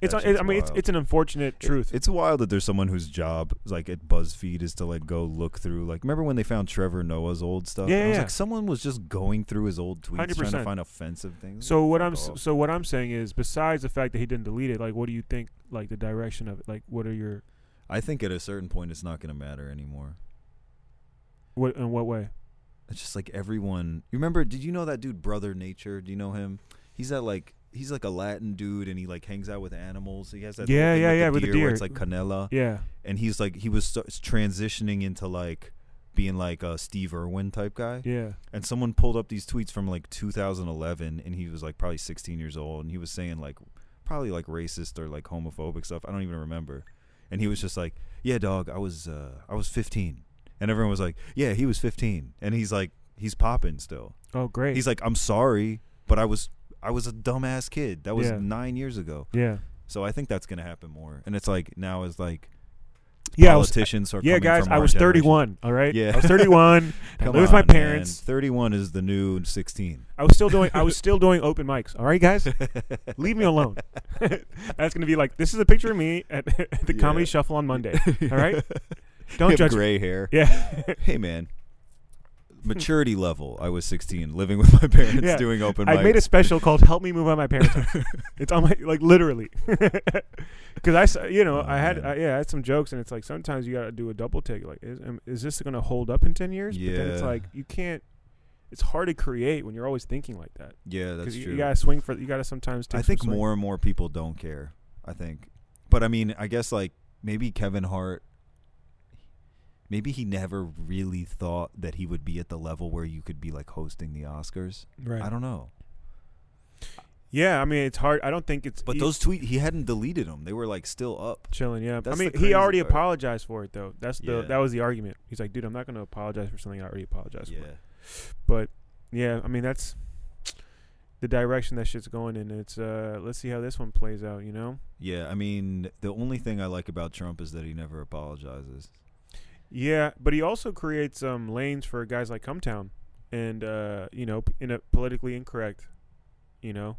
[SPEAKER 1] It's
[SPEAKER 2] That
[SPEAKER 1] on,
[SPEAKER 2] shit's
[SPEAKER 1] I mean it's
[SPEAKER 2] wild.
[SPEAKER 1] it's an unfortunate truth.
[SPEAKER 2] it's wild that there's someone whose job, like at BuzzFeed, is to like go look through. Like, remember when they found Trevor Noah's old stuff?
[SPEAKER 1] Yeah,
[SPEAKER 2] And I was
[SPEAKER 1] yeah.
[SPEAKER 2] like, someone was just going through his old tweets,
[SPEAKER 1] 100%.
[SPEAKER 2] trying to find offensive things.
[SPEAKER 1] so what
[SPEAKER 2] Fuck
[SPEAKER 1] I'm s
[SPEAKER 2] off.
[SPEAKER 1] so what I'm saying is besides the fact that he didn't delete it, like what do you think like the direction of it? Like what are your
[SPEAKER 2] I think at a certain point, it's not going to matter anymore.
[SPEAKER 1] what in what way?
[SPEAKER 2] It's just like everyone. You remember? Did you know that dude, Brother Nature? Do you know him? He's that like he's like a Latin dude, and he like hangs out with animals. He has that
[SPEAKER 1] Yeah,
[SPEAKER 2] little thing
[SPEAKER 1] yeah, yeah,
[SPEAKER 2] with
[SPEAKER 1] with
[SPEAKER 2] the
[SPEAKER 1] the
[SPEAKER 2] deer, Where it's
[SPEAKER 1] deer.
[SPEAKER 2] like Canela,
[SPEAKER 1] Yeah.
[SPEAKER 2] and he's like he was so- transitioning into like being like a Steve Irwin type guy.
[SPEAKER 1] Yeah.
[SPEAKER 2] and someone pulled up these tweets from like 2011 and he was like probably 16 years old and he was saying like probably like racist or like homophobic stuff i don't even remember and he was just like yeah dog i was uh i was 15 and everyone was like yeah he was 15 and he's like he's popping still
[SPEAKER 1] Oh, great.
[SPEAKER 2] he's like i'm sorry but i was i was a dumbass kid that was
[SPEAKER 1] Yeah.
[SPEAKER 2] nine years ago
[SPEAKER 1] yeah.
[SPEAKER 2] so i think that's gonna happen more and it's like now is like
[SPEAKER 1] Yeah. I was,
[SPEAKER 2] politicians are
[SPEAKER 1] yeah,
[SPEAKER 2] coming
[SPEAKER 1] guys.
[SPEAKER 2] from
[SPEAKER 1] I
[SPEAKER 2] our
[SPEAKER 1] was
[SPEAKER 2] generation.
[SPEAKER 1] 31. All right.
[SPEAKER 2] Yeah.
[SPEAKER 1] I was 31. I
[SPEAKER 2] Come
[SPEAKER 1] lived with my
[SPEAKER 2] on, man.
[SPEAKER 1] parents.
[SPEAKER 2] 31 is the new 16
[SPEAKER 1] I was still doing. I was still doing open mics. All right, guys. Leave me alone. That's gonna be like this is a picture of me at, at the comedy
[SPEAKER 2] Yeah.
[SPEAKER 1] shuffle on Monday. All right. Don't
[SPEAKER 2] You have
[SPEAKER 1] judge. me.
[SPEAKER 2] gray hair.
[SPEAKER 1] Yeah.
[SPEAKER 2] Hey man. Maturity level. I was 16, living with my parents,
[SPEAKER 1] Yeah.
[SPEAKER 2] doing open
[SPEAKER 1] I made a
[SPEAKER 2] mics.
[SPEAKER 1] special called "Help Me Move Out My Parents." House." it's on my like literally, because I s- you know
[SPEAKER 2] Oh,
[SPEAKER 1] I had
[SPEAKER 2] man.
[SPEAKER 1] I, yeah I had some jokes and it's like sometimes you gotta do a double take like is, um, is this gonna hold up in ten years? But then it's
[SPEAKER 2] Yeah.
[SPEAKER 1] like you can't. It's hard to create when you're always thinking like that
[SPEAKER 2] yeah, that's
[SPEAKER 1] because you,
[SPEAKER 2] true.
[SPEAKER 1] you gotta swing for you gotta sometimes. Take
[SPEAKER 2] I
[SPEAKER 1] some
[SPEAKER 2] think
[SPEAKER 1] swing.
[SPEAKER 2] more and more people don't care. I think, but I mean, I guess like maybe Kevin Hart. Maybe he never really thought that he would be at the level where you could be like hosting the Oscars.
[SPEAKER 1] Right.
[SPEAKER 2] I don't know.
[SPEAKER 1] yeah, I mean it's hard. I don't think it's e
[SPEAKER 2] But
[SPEAKER 1] ea-
[SPEAKER 2] those tweet he hadn't deleted them. They were like still up.
[SPEAKER 1] chilling. Yeah, I
[SPEAKER 2] That's
[SPEAKER 1] mean
[SPEAKER 2] the
[SPEAKER 1] he
[SPEAKER 2] crazy
[SPEAKER 1] already
[SPEAKER 2] part.
[SPEAKER 1] apologized for it though. That's the
[SPEAKER 2] Yeah.
[SPEAKER 1] that was the argument. He's like, dude, I'm not gonna apologize for something I already apologized
[SPEAKER 2] yeah.
[SPEAKER 1] for. But yeah, I mean that's the direction that shit's going in. It's uh let's see how this one plays out, you know?
[SPEAKER 2] Yeah, I mean, the only thing I like about Trump is that he never apologizes.
[SPEAKER 1] Yeah, but he also creates um lanes for guys like Cumtown and uh, you know, p- in a politically incorrect, you know,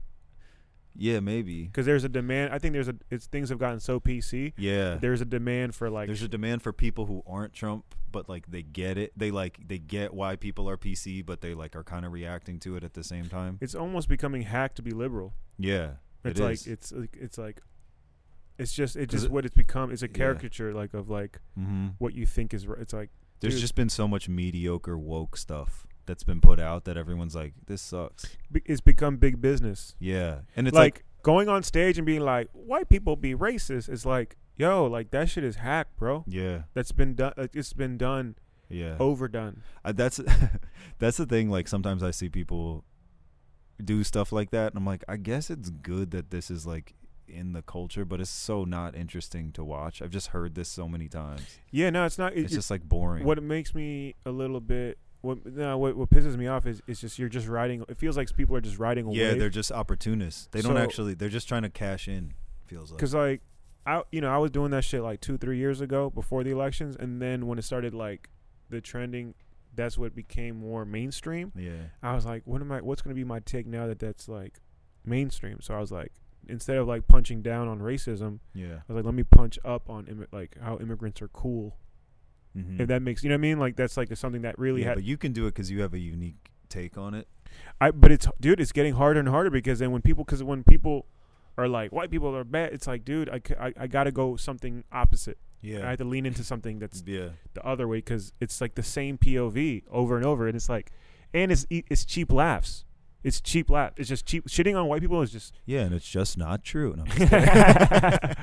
[SPEAKER 2] Yeah, maybe.
[SPEAKER 1] cuz there's a demand. I think there's a it's things have gotten so PC.
[SPEAKER 2] Yeah.
[SPEAKER 1] There's a demand for like
[SPEAKER 2] There's a demand for people who aren't Trump, but like they get it. They like they get why people are PC, but they like are kind of reacting to it at the same time.
[SPEAKER 1] it's almost becoming hack to be liberal.
[SPEAKER 2] Yeah. it
[SPEAKER 1] It's like
[SPEAKER 2] is.
[SPEAKER 1] it's like it's like it's just it's
[SPEAKER 2] 'Cause
[SPEAKER 1] just
[SPEAKER 2] it-
[SPEAKER 1] what it's become. It's a
[SPEAKER 2] yeah.
[SPEAKER 1] caricature like of like
[SPEAKER 2] Mhm.
[SPEAKER 1] what you think is right. It's like
[SPEAKER 2] There's
[SPEAKER 1] dude.
[SPEAKER 2] just been so much mediocre woke stuff that's been put out that everyone's like, this sucks.
[SPEAKER 1] be- it's become big business.
[SPEAKER 2] Yeah. And it's
[SPEAKER 1] like,
[SPEAKER 2] like,
[SPEAKER 1] going on stage and being like, white people be racist. It's like, yo, like that shit is hack, bro.
[SPEAKER 2] yeah,
[SPEAKER 1] That's been done. Like, it's been done,
[SPEAKER 2] yeah.
[SPEAKER 1] oh. overdone.
[SPEAKER 2] I, that's that's the thing. Like sometimes I see people do stuff like that, and I'm like, I guess it's good that this is like in the culture, but it's so not interesting to watch. I've just heard this so many times.
[SPEAKER 1] Yeah, no, it's not. It,
[SPEAKER 2] It's just like boring.
[SPEAKER 1] what it makes me a little bit. What no, what, what pisses me off is it's just you're just riding. It feels like people are just riding away.
[SPEAKER 2] yeah, they're just opportunists. They don't
[SPEAKER 1] So-
[SPEAKER 2] actually. They're just trying to cash in. Feels like.
[SPEAKER 1] Cause like, I you know I was doing that shit like two three years ago before the elections, and then when it started like the trending, that's what became more mainstream.
[SPEAKER 2] Yeah.
[SPEAKER 1] I was like, what am I? What's gonna be my take now that that's like mainstream? So I was like, instead of like punching down on racism,
[SPEAKER 2] Yeah.
[SPEAKER 1] I was like, let me punch up on immi- like how immigrants are cool.
[SPEAKER 2] Mm-hmm.
[SPEAKER 1] If that makes you know what I mean? Like that's like something that really had.
[SPEAKER 2] but you can do it because you have a unique take on it.
[SPEAKER 1] I but it's dude, it's getting harder and harder because then when people because when people are like white people are bad, it's like dude, I, c- I, I gotta go something opposite. I
[SPEAKER 2] Yeah.
[SPEAKER 1] had to lean into something that's
[SPEAKER 2] yeah.
[SPEAKER 1] the other way because it's like the same POV over and over, and it's like, and it's e- it's cheap laughs. It's cheap laugh. It's just cheap shitting on white people is just.
[SPEAKER 2] Yeah, and it's just not true. No, I'm just kidding.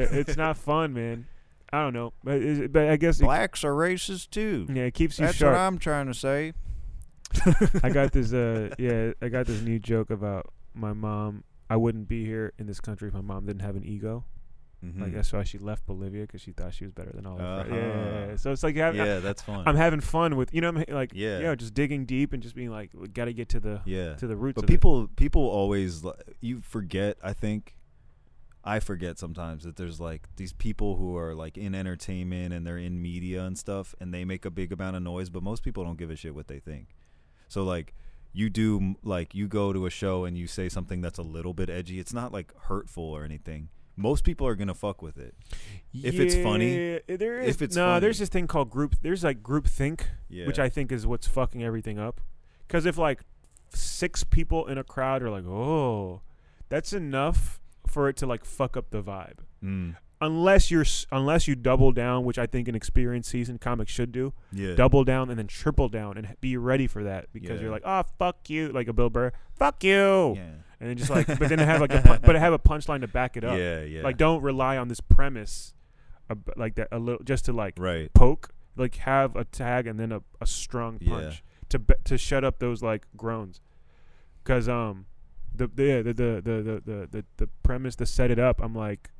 [SPEAKER 1] It- it's not fun, man. I don't know, but, is- but I guess it,
[SPEAKER 2] Blacks are racist too.
[SPEAKER 1] yeah, it keeps you
[SPEAKER 2] That's what
[SPEAKER 1] sharp.
[SPEAKER 2] I'm trying to say.
[SPEAKER 1] I got this. Uh, yeah, I got this new joke about my mom. I wouldn't be here in this country if my mom didn't have an ego. Like
[SPEAKER 2] Mm-hmm.
[SPEAKER 1] that's why she left Bolivia because she thought she was better than all of her. Mm. Uh, Yeah, yeah, yeah,
[SPEAKER 2] Uh-huh.
[SPEAKER 1] yeah. So it's like I,
[SPEAKER 2] yeah, that's fun.
[SPEAKER 1] I'm having fun with you know I'm like
[SPEAKER 2] Yeah.
[SPEAKER 1] yeah you know, just digging deep and just being like got to get to the
[SPEAKER 2] yeah,
[SPEAKER 1] to the roots.
[SPEAKER 2] but
[SPEAKER 1] of it.
[SPEAKER 2] people people always li- you forget. I think I forget sometimes that there's like these people who are like in entertainment and they're in media and stuff, and they make a big amount of noise, but most people don't give a shit what they think. So like you do m- like you go to a show and you say something that's a little bit edgy. It's not like hurtful or anything. Most people are gonna fuck with it. if it's funny-
[SPEAKER 1] Yeah, there is.
[SPEAKER 2] if it's
[SPEAKER 1] no, there's
[SPEAKER 2] funny.
[SPEAKER 1] this thing called group. There's like group think,
[SPEAKER 2] Yeah,
[SPEAKER 1] which I think is what's fucking everything up. Because if like six people in a crowd are like, oh, that's enough for it to like fuck up the vibe.
[SPEAKER 2] mm,
[SPEAKER 1] unless you're s- unless you double down, which I think an experienced seasoned comic should do,
[SPEAKER 2] Yeah.
[SPEAKER 1] double down and then triple down and be ready for that because
[SPEAKER 2] Yeah.
[SPEAKER 1] you're like, oh fuck you, like a Bill Burr, fuck you,
[SPEAKER 2] Yeah.
[SPEAKER 1] and then just like, but then have like a pun- but have a punchline to back it up.
[SPEAKER 2] Yeah. Yeah.
[SPEAKER 1] Like, don't rely on this premise, ab- like that a little just to like
[SPEAKER 2] right.
[SPEAKER 1] poke, like have a tag and then a, a strong
[SPEAKER 2] Yeah.
[SPEAKER 1] punch to be, to shut up those like groans, because um, the the, yeah, the the the the the the the premise to set it up, I'm like.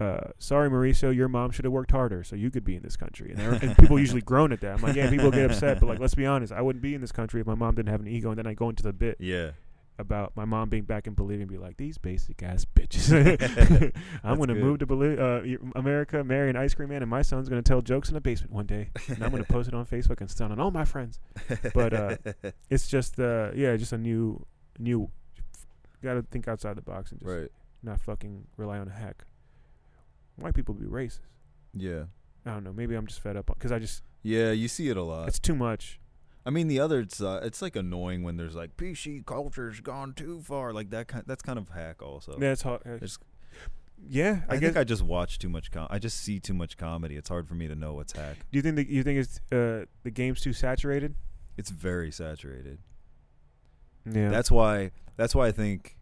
[SPEAKER 1] Uh, sorry, Mauricio, your mom should have worked harder so you could be in this country. And, there, and people usually groan at that. I'm like, yeah, people get upset, but like, let's be honest, I wouldn't be in this country if my mom didn't have an ego. And then I go into the bit
[SPEAKER 2] Yeah.
[SPEAKER 1] about my mom being back in Bolivia and be like, these basic ass bitches. I'm
[SPEAKER 2] That's
[SPEAKER 1] going to
[SPEAKER 2] good.
[SPEAKER 1] move to Bolivia, uh, y- America, marry an ice cream man, and my son's going to tell jokes in the basement one day. And I'm going to post it on Facebook and stun on all my friends. But uh, it's just, uh, yeah, just a new, new, got to think outside the box and just
[SPEAKER 2] right.
[SPEAKER 1] not fucking rely on a hack. White people be racist.
[SPEAKER 2] Yeah.
[SPEAKER 1] I don't know. Maybe I'm just fed up because I just,
[SPEAKER 2] Yeah. You see it a lot.
[SPEAKER 1] it's too much.
[SPEAKER 2] I mean, the other it's uh, it's like annoying when there's like PC culture's gone too far. Like that kind. That's kind of hack also.
[SPEAKER 1] Yeah, it's hard.
[SPEAKER 2] oh. It's-
[SPEAKER 1] uh, yeah,
[SPEAKER 2] I,
[SPEAKER 1] I, guess.
[SPEAKER 2] think I just watch too much. Com- I just see too much comedy. It's hard for me to know what's hack.
[SPEAKER 1] do you think that you think it's uh, the game's too saturated?
[SPEAKER 2] It's very saturated.
[SPEAKER 1] Yeah,
[SPEAKER 2] That's why. That's why I think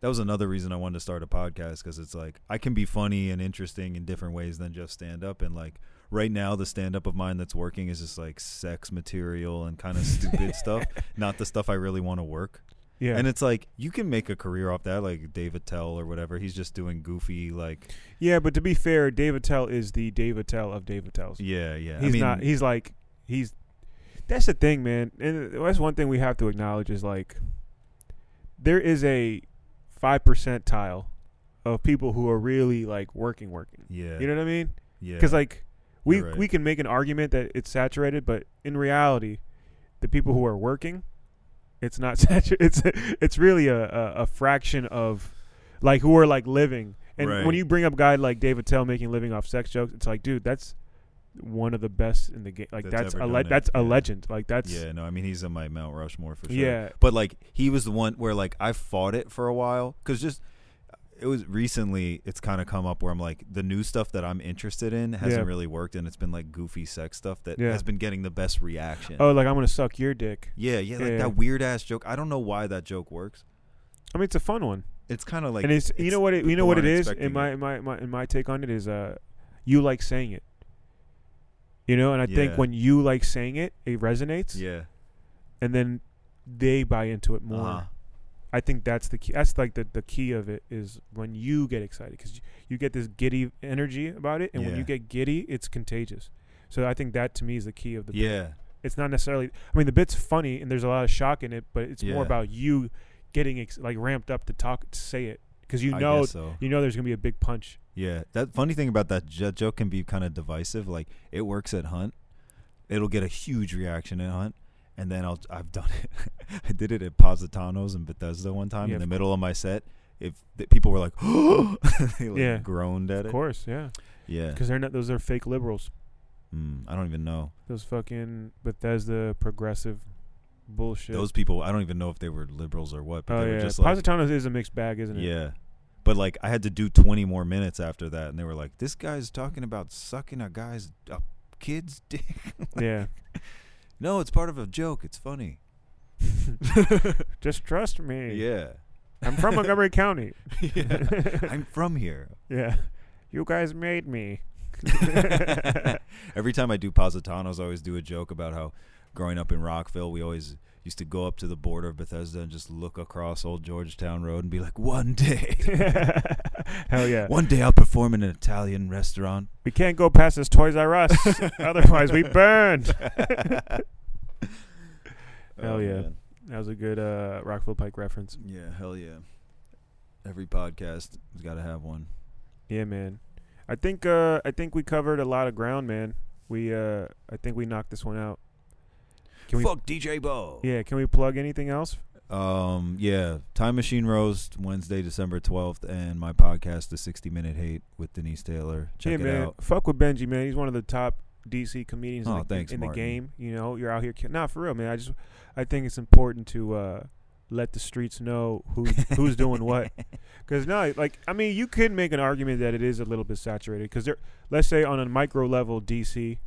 [SPEAKER 2] that was another reason I wanted to start a podcast because it's like I can be funny and interesting in different ways than just stand up. And like right now, the stand up of mine that's working is just like sex material and kind of stupid stuff, not the stuff I really want to work.
[SPEAKER 1] yeah.
[SPEAKER 2] And it's like you can make a career off that, like David Tell or whatever. He's just doing goofy, like
[SPEAKER 1] Yeah, but to be fair, Dave Attell is the Dave Attell of Dave Attell's.
[SPEAKER 2] yeah, yeah.
[SPEAKER 1] he's
[SPEAKER 2] I mean,
[SPEAKER 1] not. He's like he's. That's the thing, man, and that's one thing we have to acknowledge is like, there is a five percentile of people who are really like working, working.
[SPEAKER 2] yeah,
[SPEAKER 1] You know what I mean?
[SPEAKER 2] yeah,
[SPEAKER 1] Because like, we
[SPEAKER 2] You're right.
[SPEAKER 1] we can make an argument that it's saturated, but in reality, the people who are working, it's not saturated. It's it's really a, a, a fraction of, like who are like living. And
[SPEAKER 2] Right.
[SPEAKER 1] when you bring up a guy like David Tell making a living off sex jokes, it's like, dude, that's one of the best in the game. Like that's,
[SPEAKER 2] That's ever
[SPEAKER 1] a le-
[SPEAKER 2] done it,
[SPEAKER 1] that's a
[SPEAKER 2] yeah.
[SPEAKER 1] legend. Like that's
[SPEAKER 2] yeah. No, I mean he's on my Mount Rushmore for sure.
[SPEAKER 1] yeah.
[SPEAKER 2] but like he was the one where like I fought it for a while because just it was recently it's kind of come up where I'm like the new stuff that I'm interested in hasn't
[SPEAKER 1] Yeah.
[SPEAKER 2] really worked and it's been like goofy sex stuff that
[SPEAKER 1] Yeah.
[SPEAKER 2] has been getting the best reaction.
[SPEAKER 1] Oh, like I'm gonna suck your dick.
[SPEAKER 2] yeah, yeah, like
[SPEAKER 1] yeah.
[SPEAKER 2] that weird ass joke. I don't know why that joke works.
[SPEAKER 1] I mean, it's a fun one,
[SPEAKER 2] It's kind of like
[SPEAKER 1] and it's, you know what it, you know
[SPEAKER 2] people
[SPEAKER 1] what it
[SPEAKER 2] aren't
[SPEAKER 1] is. In
[SPEAKER 2] expecting
[SPEAKER 1] my,
[SPEAKER 2] it.
[SPEAKER 1] my my in my take on it is, uh, you like saying it. You know, and I think
[SPEAKER 2] Yeah.
[SPEAKER 1] when you like saying it, it resonates,
[SPEAKER 2] yeah
[SPEAKER 1] and then they buy into it more.
[SPEAKER 2] uh-huh.
[SPEAKER 1] I think that's the key. That's like the, the key of it is when you get excited because you, you get this giddy energy about it, and when
[SPEAKER 2] Yeah.
[SPEAKER 1] you get giddy, it's contagious. So I think that to me is the key of the. bit.
[SPEAKER 2] yeah
[SPEAKER 1] It's not necessarily. I mean, the bit's funny and there's a lot of shock in it, but it's
[SPEAKER 2] Yeah.
[SPEAKER 1] more about you getting ex- like ramped up to talk to say it because you
[SPEAKER 2] I
[SPEAKER 1] know
[SPEAKER 2] guess so.
[SPEAKER 1] you know there's gonna be a big punch.
[SPEAKER 2] Yeah, that funny thing about that jo- joke can be kind of divisive. Like it works at Hunt, it'll get a huge reaction at Hunt, and then I'll I've done it. I did it at Positano's in Bethesda one time
[SPEAKER 1] Yeah,
[SPEAKER 2] in the
[SPEAKER 1] of
[SPEAKER 2] middle of my set. If the people were like, they like
[SPEAKER 1] Yeah.
[SPEAKER 2] groaned at
[SPEAKER 1] Of
[SPEAKER 2] it.
[SPEAKER 1] course, yeah,
[SPEAKER 2] Yeah,
[SPEAKER 1] because they're not. Those are fake liberals.
[SPEAKER 2] mm, I don't even know
[SPEAKER 1] Those fucking Bethesda progressive bullshit.
[SPEAKER 2] those people. I don't even know if they were liberals or what, but
[SPEAKER 1] oh
[SPEAKER 2] they were
[SPEAKER 1] yeah,
[SPEAKER 2] just like,
[SPEAKER 1] Positano is a mixed bag, isn't it?
[SPEAKER 2] yeah. But like, I had to do twenty more minutes after that, and they were like, "This guy's talking about sucking a guy's a kid's dick."
[SPEAKER 1] yeah.
[SPEAKER 2] No, it's part of a joke. It's funny.
[SPEAKER 1] Just trust me.
[SPEAKER 2] Yeah.
[SPEAKER 1] I'm from Montgomery County.
[SPEAKER 2] I'm from here.
[SPEAKER 1] Yeah. You guys made me.
[SPEAKER 2] Every time I do Positanos, I always do a joke about how growing up in Rockville, we always used to go up to the border of Bethesda and just look across old Georgetown Road and be like, one day,
[SPEAKER 1] Hell yeah.
[SPEAKER 2] one day I'll perform in an Italian restaurant.
[SPEAKER 1] We can't go past this Toys R Us. Otherwise, we burn.
[SPEAKER 2] Oh,
[SPEAKER 1] yeah.
[SPEAKER 2] man.
[SPEAKER 1] That was a good uh, Rockville Pike reference.
[SPEAKER 2] Yeah, hell yeah. Every podcast has got to have one.
[SPEAKER 1] Yeah, man. I think uh, I think we covered a lot of ground, man. We uh, I think we knocked this one out. Can we?
[SPEAKER 2] Fuck DJ Bo.
[SPEAKER 1] Yeah. Can we plug anything else?
[SPEAKER 2] Um, yeah, Time Machine Roast Wednesday, December twelfth, and my podcast, The Sixty Minute Hate with Denise Taylor. Check
[SPEAKER 1] yeah,
[SPEAKER 2] it
[SPEAKER 1] man.
[SPEAKER 2] out.
[SPEAKER 1] Fuck with Benji, man. He's one of the top DC comedians
[SPEAKER 2] Aw,
[SPEAKER 1] in, the,
[SPEAKER 2] thanks,
[SPEAKER 1] in the
[SPEAKER 2] Martin.
[SPEAKER 1] game. You know, you're out here. Kill- nah, for real, man. I just, I think it's important to, uh, let the streets know who who's doing what. Because no, like I mean, you could make an argument that it is a little bit saturated. Because there, let's say on a micro level, DC,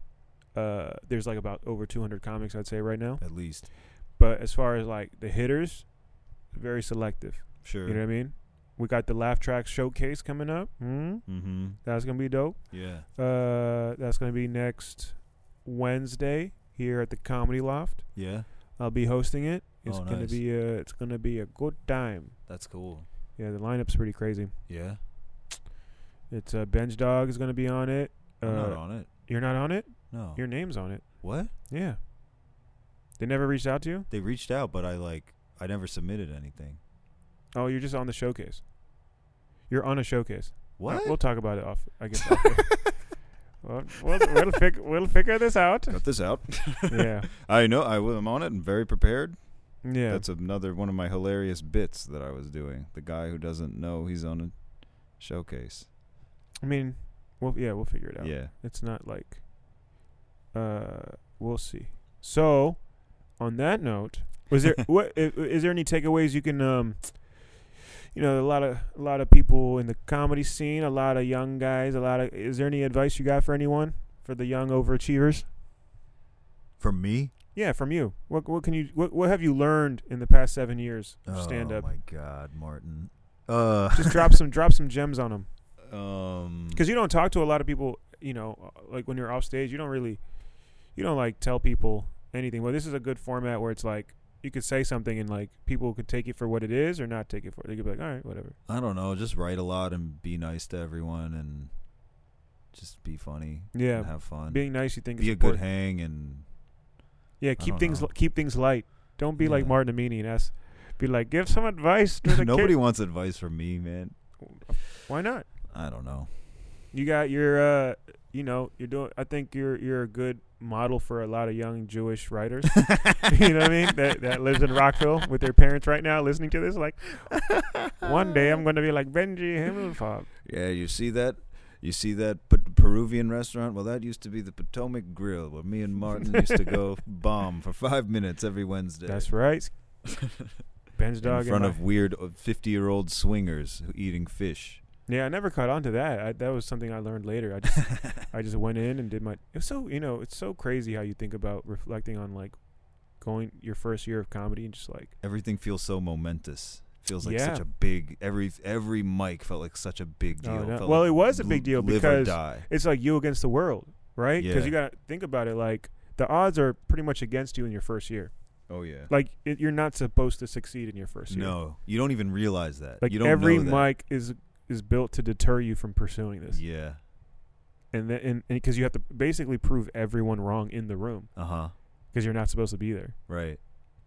[SPEAKER 1] uh, there's like about over 200 comics I'd say right now.
[SPEAKER 2] at least.
[SPEAKER 1] But as far as like the hitters, very selective.
[SPEAKER 2] Sure.
[SPEAKER 1] You know what I mean? We got the laugh track showcase coming up. Mm,
[SPEAKER 2] Mm-hmm.
[SPEAKER 1] that's gonna be dope.
[SPEAKER 2] Yeah.
[SPEAKER 1] Uh, that's gonna be next Wednesday here at the Comedy Loft.
[SPEAKER 2] Yeah.
[SPEAKER 1] I'll be hosting it. It's
[SPEAKER 2] Oh,
[SPEAKER 1] gonna
[SPEAKER 2] nice.
[SPEAKER 1] be a it's gonna be a good time.
[SPEAKER 2] That's cool.
[SPEAKER 1] Yeah, the lineup's pretty crazy.
[SPEAKER 2] Yeah.
[SPEAKER 1] It's uh, Bench Dog is gonna be on it. Uh,
[SPEAKER 2] I'm not on it.
[SPEAKER 1] You're not on it.
[SPEAKER 2] No.
[SPEAKER 1] Your name's on it.
[SPEAKER 2] what?
[SPEAKER 1] Yeah. They never reached out to you.
[SPEAKER 2] They reached out, but I like I never submitted anything.
[SPEAKER 1] Oh, you're just on the showcase. You're on a showcase. Uh,
[SPEAKER 2] What?
[SPEAKER 1] we'll talk about it off. I guess. off air. Well, we'll we'll, fig- we'll figure this out.
[SPEAKER 2] Got this out.
[SPEAKER 1] Yeah.
[SPEAKER 2] I know. I am on it and very prepared.
[SPEAKER 1] Yeah.
[SPEAKER 2] That's another one of my hilarious bits that I was doing. The guy who doesn't know he's on a showcase.
[SPEAKER 1] I mean, we'll yeah, we'll figure it out.
[SPEAKER 2] Yeah.
[SPEAKER 1] It's not like uh we'll see. So, on that note, was there what i- is there any takeaways you can um you know, a lot of a lot of people in the comedy scene, a lot of young guys, a lot of is there any advice you got for anyone for the young overachievers?
[SPEAKER 2] For me,
[SPEAKER 1] Yeah, from you. What what can you what what have you learned in the past 7 years of stand up?
[SPEAKER 2] Oh my God, Martin. Uh.
[SPEAKER 1] Just drop some drop some gems on them.
[SPEAKER 2] um.
[SPEAKER 1] because you don't talk to a lot of people you know uh, like when you're off stage you don't really you don't like tell people anything well this is a good format where it's like you could say something and like people could take it for what it is or not take it for they could be like all right whatever
[SPEAKER 2] I don't know. Just write a lot and be nice to everyone and just be funny.
[SPEAKER 1] Yeah.
[SPEAKER 2] And have fun.
[SPEAKER 1] being nice you think
[SPEAKER 2] be
[SPEAKER 1] is
[SPEAKER 2] a
[SPEAKER 1] important.
[SPEAKER 2] good hang and
[SPEAKER 1] yeah keep
[SPEAKER 2] don't
[SPEAKER 1] things
[SPEAKER 2] know.
[SPEAKER 1] li- keep things light don't be like
[SPEAKER 2] Yeah.
[SPEAKER 1] Martin Amini and ask be like give some advice to the
[SPEAKER 2] nobody
[SPEAKER 1] kid
[SPEAKER 2] wants advice from me, man.
[SPEAKER 1] why not
[SPEAKER 2] I don't know.
[SPEAKER 1] you got your uh you know you're doing I think you're you're a good model for a lot of young Jewish writers you know what I mean? That that lives in Rockville with their parents right now listening to this. Like, one day I'm going to be like Benji Himmelfarb.
[SPEAKER 2] Yeah, you see that? You see that P- Peruvian restaurant? Well, that used to be the Potomac Grill, where me and Martin used to go bomb for five minutes every Wednesday.
[SPEAKER 1] That's right. Ben's dog
[SPEAKER 2] in front
[SPEAKER 1] my-
[SPEAKER 2] of weird uh, fifty-year-old swingers who- eating fish.
[SPEAKER 1] Yeah, I never caught on to that. I, that was something I learned later. I just I just went in and did my. It's so you know it's so crazy how you think about reflecting on like going your first year of comedy and just like
[SPEAKER 2] Everything feels so momentous. Feels like such
[SPEAKER 1] Yeah.
[SPEAKER 2] a big every every mic felt like such a big deal.
[SPEAKER 1] Oh, no.
[SPEAKER 2] Felt
[SPEAKER 1] Well,
[SPEAKER 2] like
[SPEAKER 1] it was a big deal
[SPEAKER 2] l- live or
[SPEAKER 1] because-
[SPEAKER 2] die.
[SPEAKER 1] it's like you against the world, right? Because
[SPEAKER 2] Yeah.
[SPEAKER 1] you got to think about it like. The odds are pretty much against you in your first year.
[SPEAKER 2] Oh yeah.
[SPEAKER 1] Like it, you're not supposed to succeed in your first year.
[SPEAKER 2] No, you don't even realize that.
[SPEAKER 1] Like
[SPEAKER 2] you don't
[SPEAKER 1] every
[SPEAKER 2] know that.
[SPEAKER 1] mic is is built to deter you from pursuing this,
[SPEAKER 2] Yeah.
[SPEAKER 1] and then and because you have to basically prove everyone wrong in the room
[SPEAKER 2] Uh huh.
[SPEAKER 1] because you're not supposed to be there,
[SPEAKER 2] Right.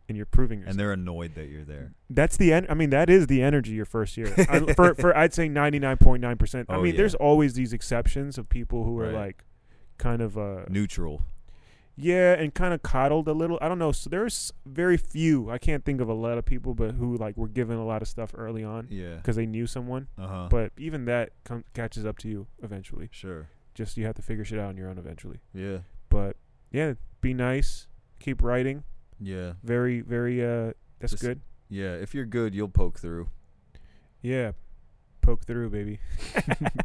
[SPEAKER 1] and you're proving yourself.
[SPEAKER 2] And they're annoyed that you're there.
[SPEAKER 1] That's the end. I mean, that is the energy your first year. I, for for I'd say ninety nine point nine percent. I
[SPEAKER 2] Oh,
[SPEAKER 1] mean,
[SPEAKER 2] yeah.
[SPEAKER 1] there's always these exceptions of people who are
[SPEAKER 2] Right.
[SPEAKER 1] like kind of uh
[SPEAKER 2] Neutral.
[SPEAKER 1] yeah and kind of coddled a little i don't know so there's very few i can't think of a lot of people but who like were given a lot of stuff early on
[SPEAKER 2] Yeah.
[SPEAKER 1] because they knew someone
[SPEAKER 2] Uh huh.
[SPEAKER 1] but even that com- catches up to you eventually
[SPEAKER 2] Sure.
[SPEAKER 1] just you have to figure shit out on your own eventually.
[SPEAKER 2] Yeah.
[SPEAKER 1] But yeah, be nice, keep writing.
[SPEAKER 2] Yeah.
[SPEAKER 1] Very, very. uh That's
[SPEAKER 2] Just-
[SPEAKER 1] good.
[SPEAKER 2] Yeah. If you're good, you'll poke through.
[SPEAKER 1] Yeah, poke through, baby.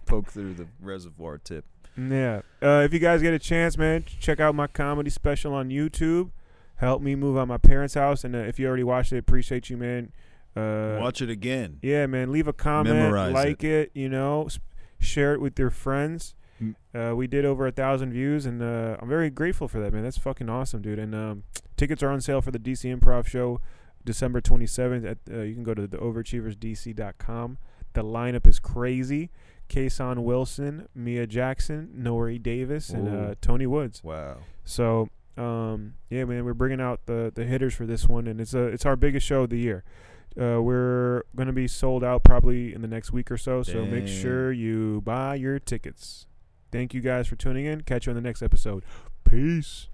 [SPEAKER 2] poke through the reservoir tip.
[SPEAKER 1] Yeah. Uh, if you guys get a chance, man, check out my comedy special on YouTube. Help me move out my parents' house, and uh, if you already watched it, appreciate you, man. Uh,
[SPEAKER 2] Watch it again.
[SPEAKER 1] Yeah, man. Leave a comment,
[SPEAKER 2] Memorize
[SPEAKER 1] like it. you know, s- share it with your friends.
[SPEAKER 2] Mm.
[SPEAKER 1] Uh, we did over a thousand views, and uh, I'm very grateful for that, man. That's fucking awesome, dude. And um, tickets are on sale for the DC Improv Show, December 27th. At uh, you can go to theoverachieversdc.com. The lineup is crazy. Kason Wilson, Mia Jackson, Nori Davis, and
[SPEAKER 2] Ooh.
[SPEAKER 1] uh, Tony Woods.
[SPEAKER 2] Wow.
[SPEAKER 1] So, um, yeah, man, we're bringing out the the hitters for this one, and it's a it's our biggest show of the year. Uh, we're gonna be sold out probably in the next week or so. So make
[SPEAKER 2] Dang.
[SPEAKER 1] sure you buy your tickets. Thank you guys for tuning in. Catch you on the next episode. Peace.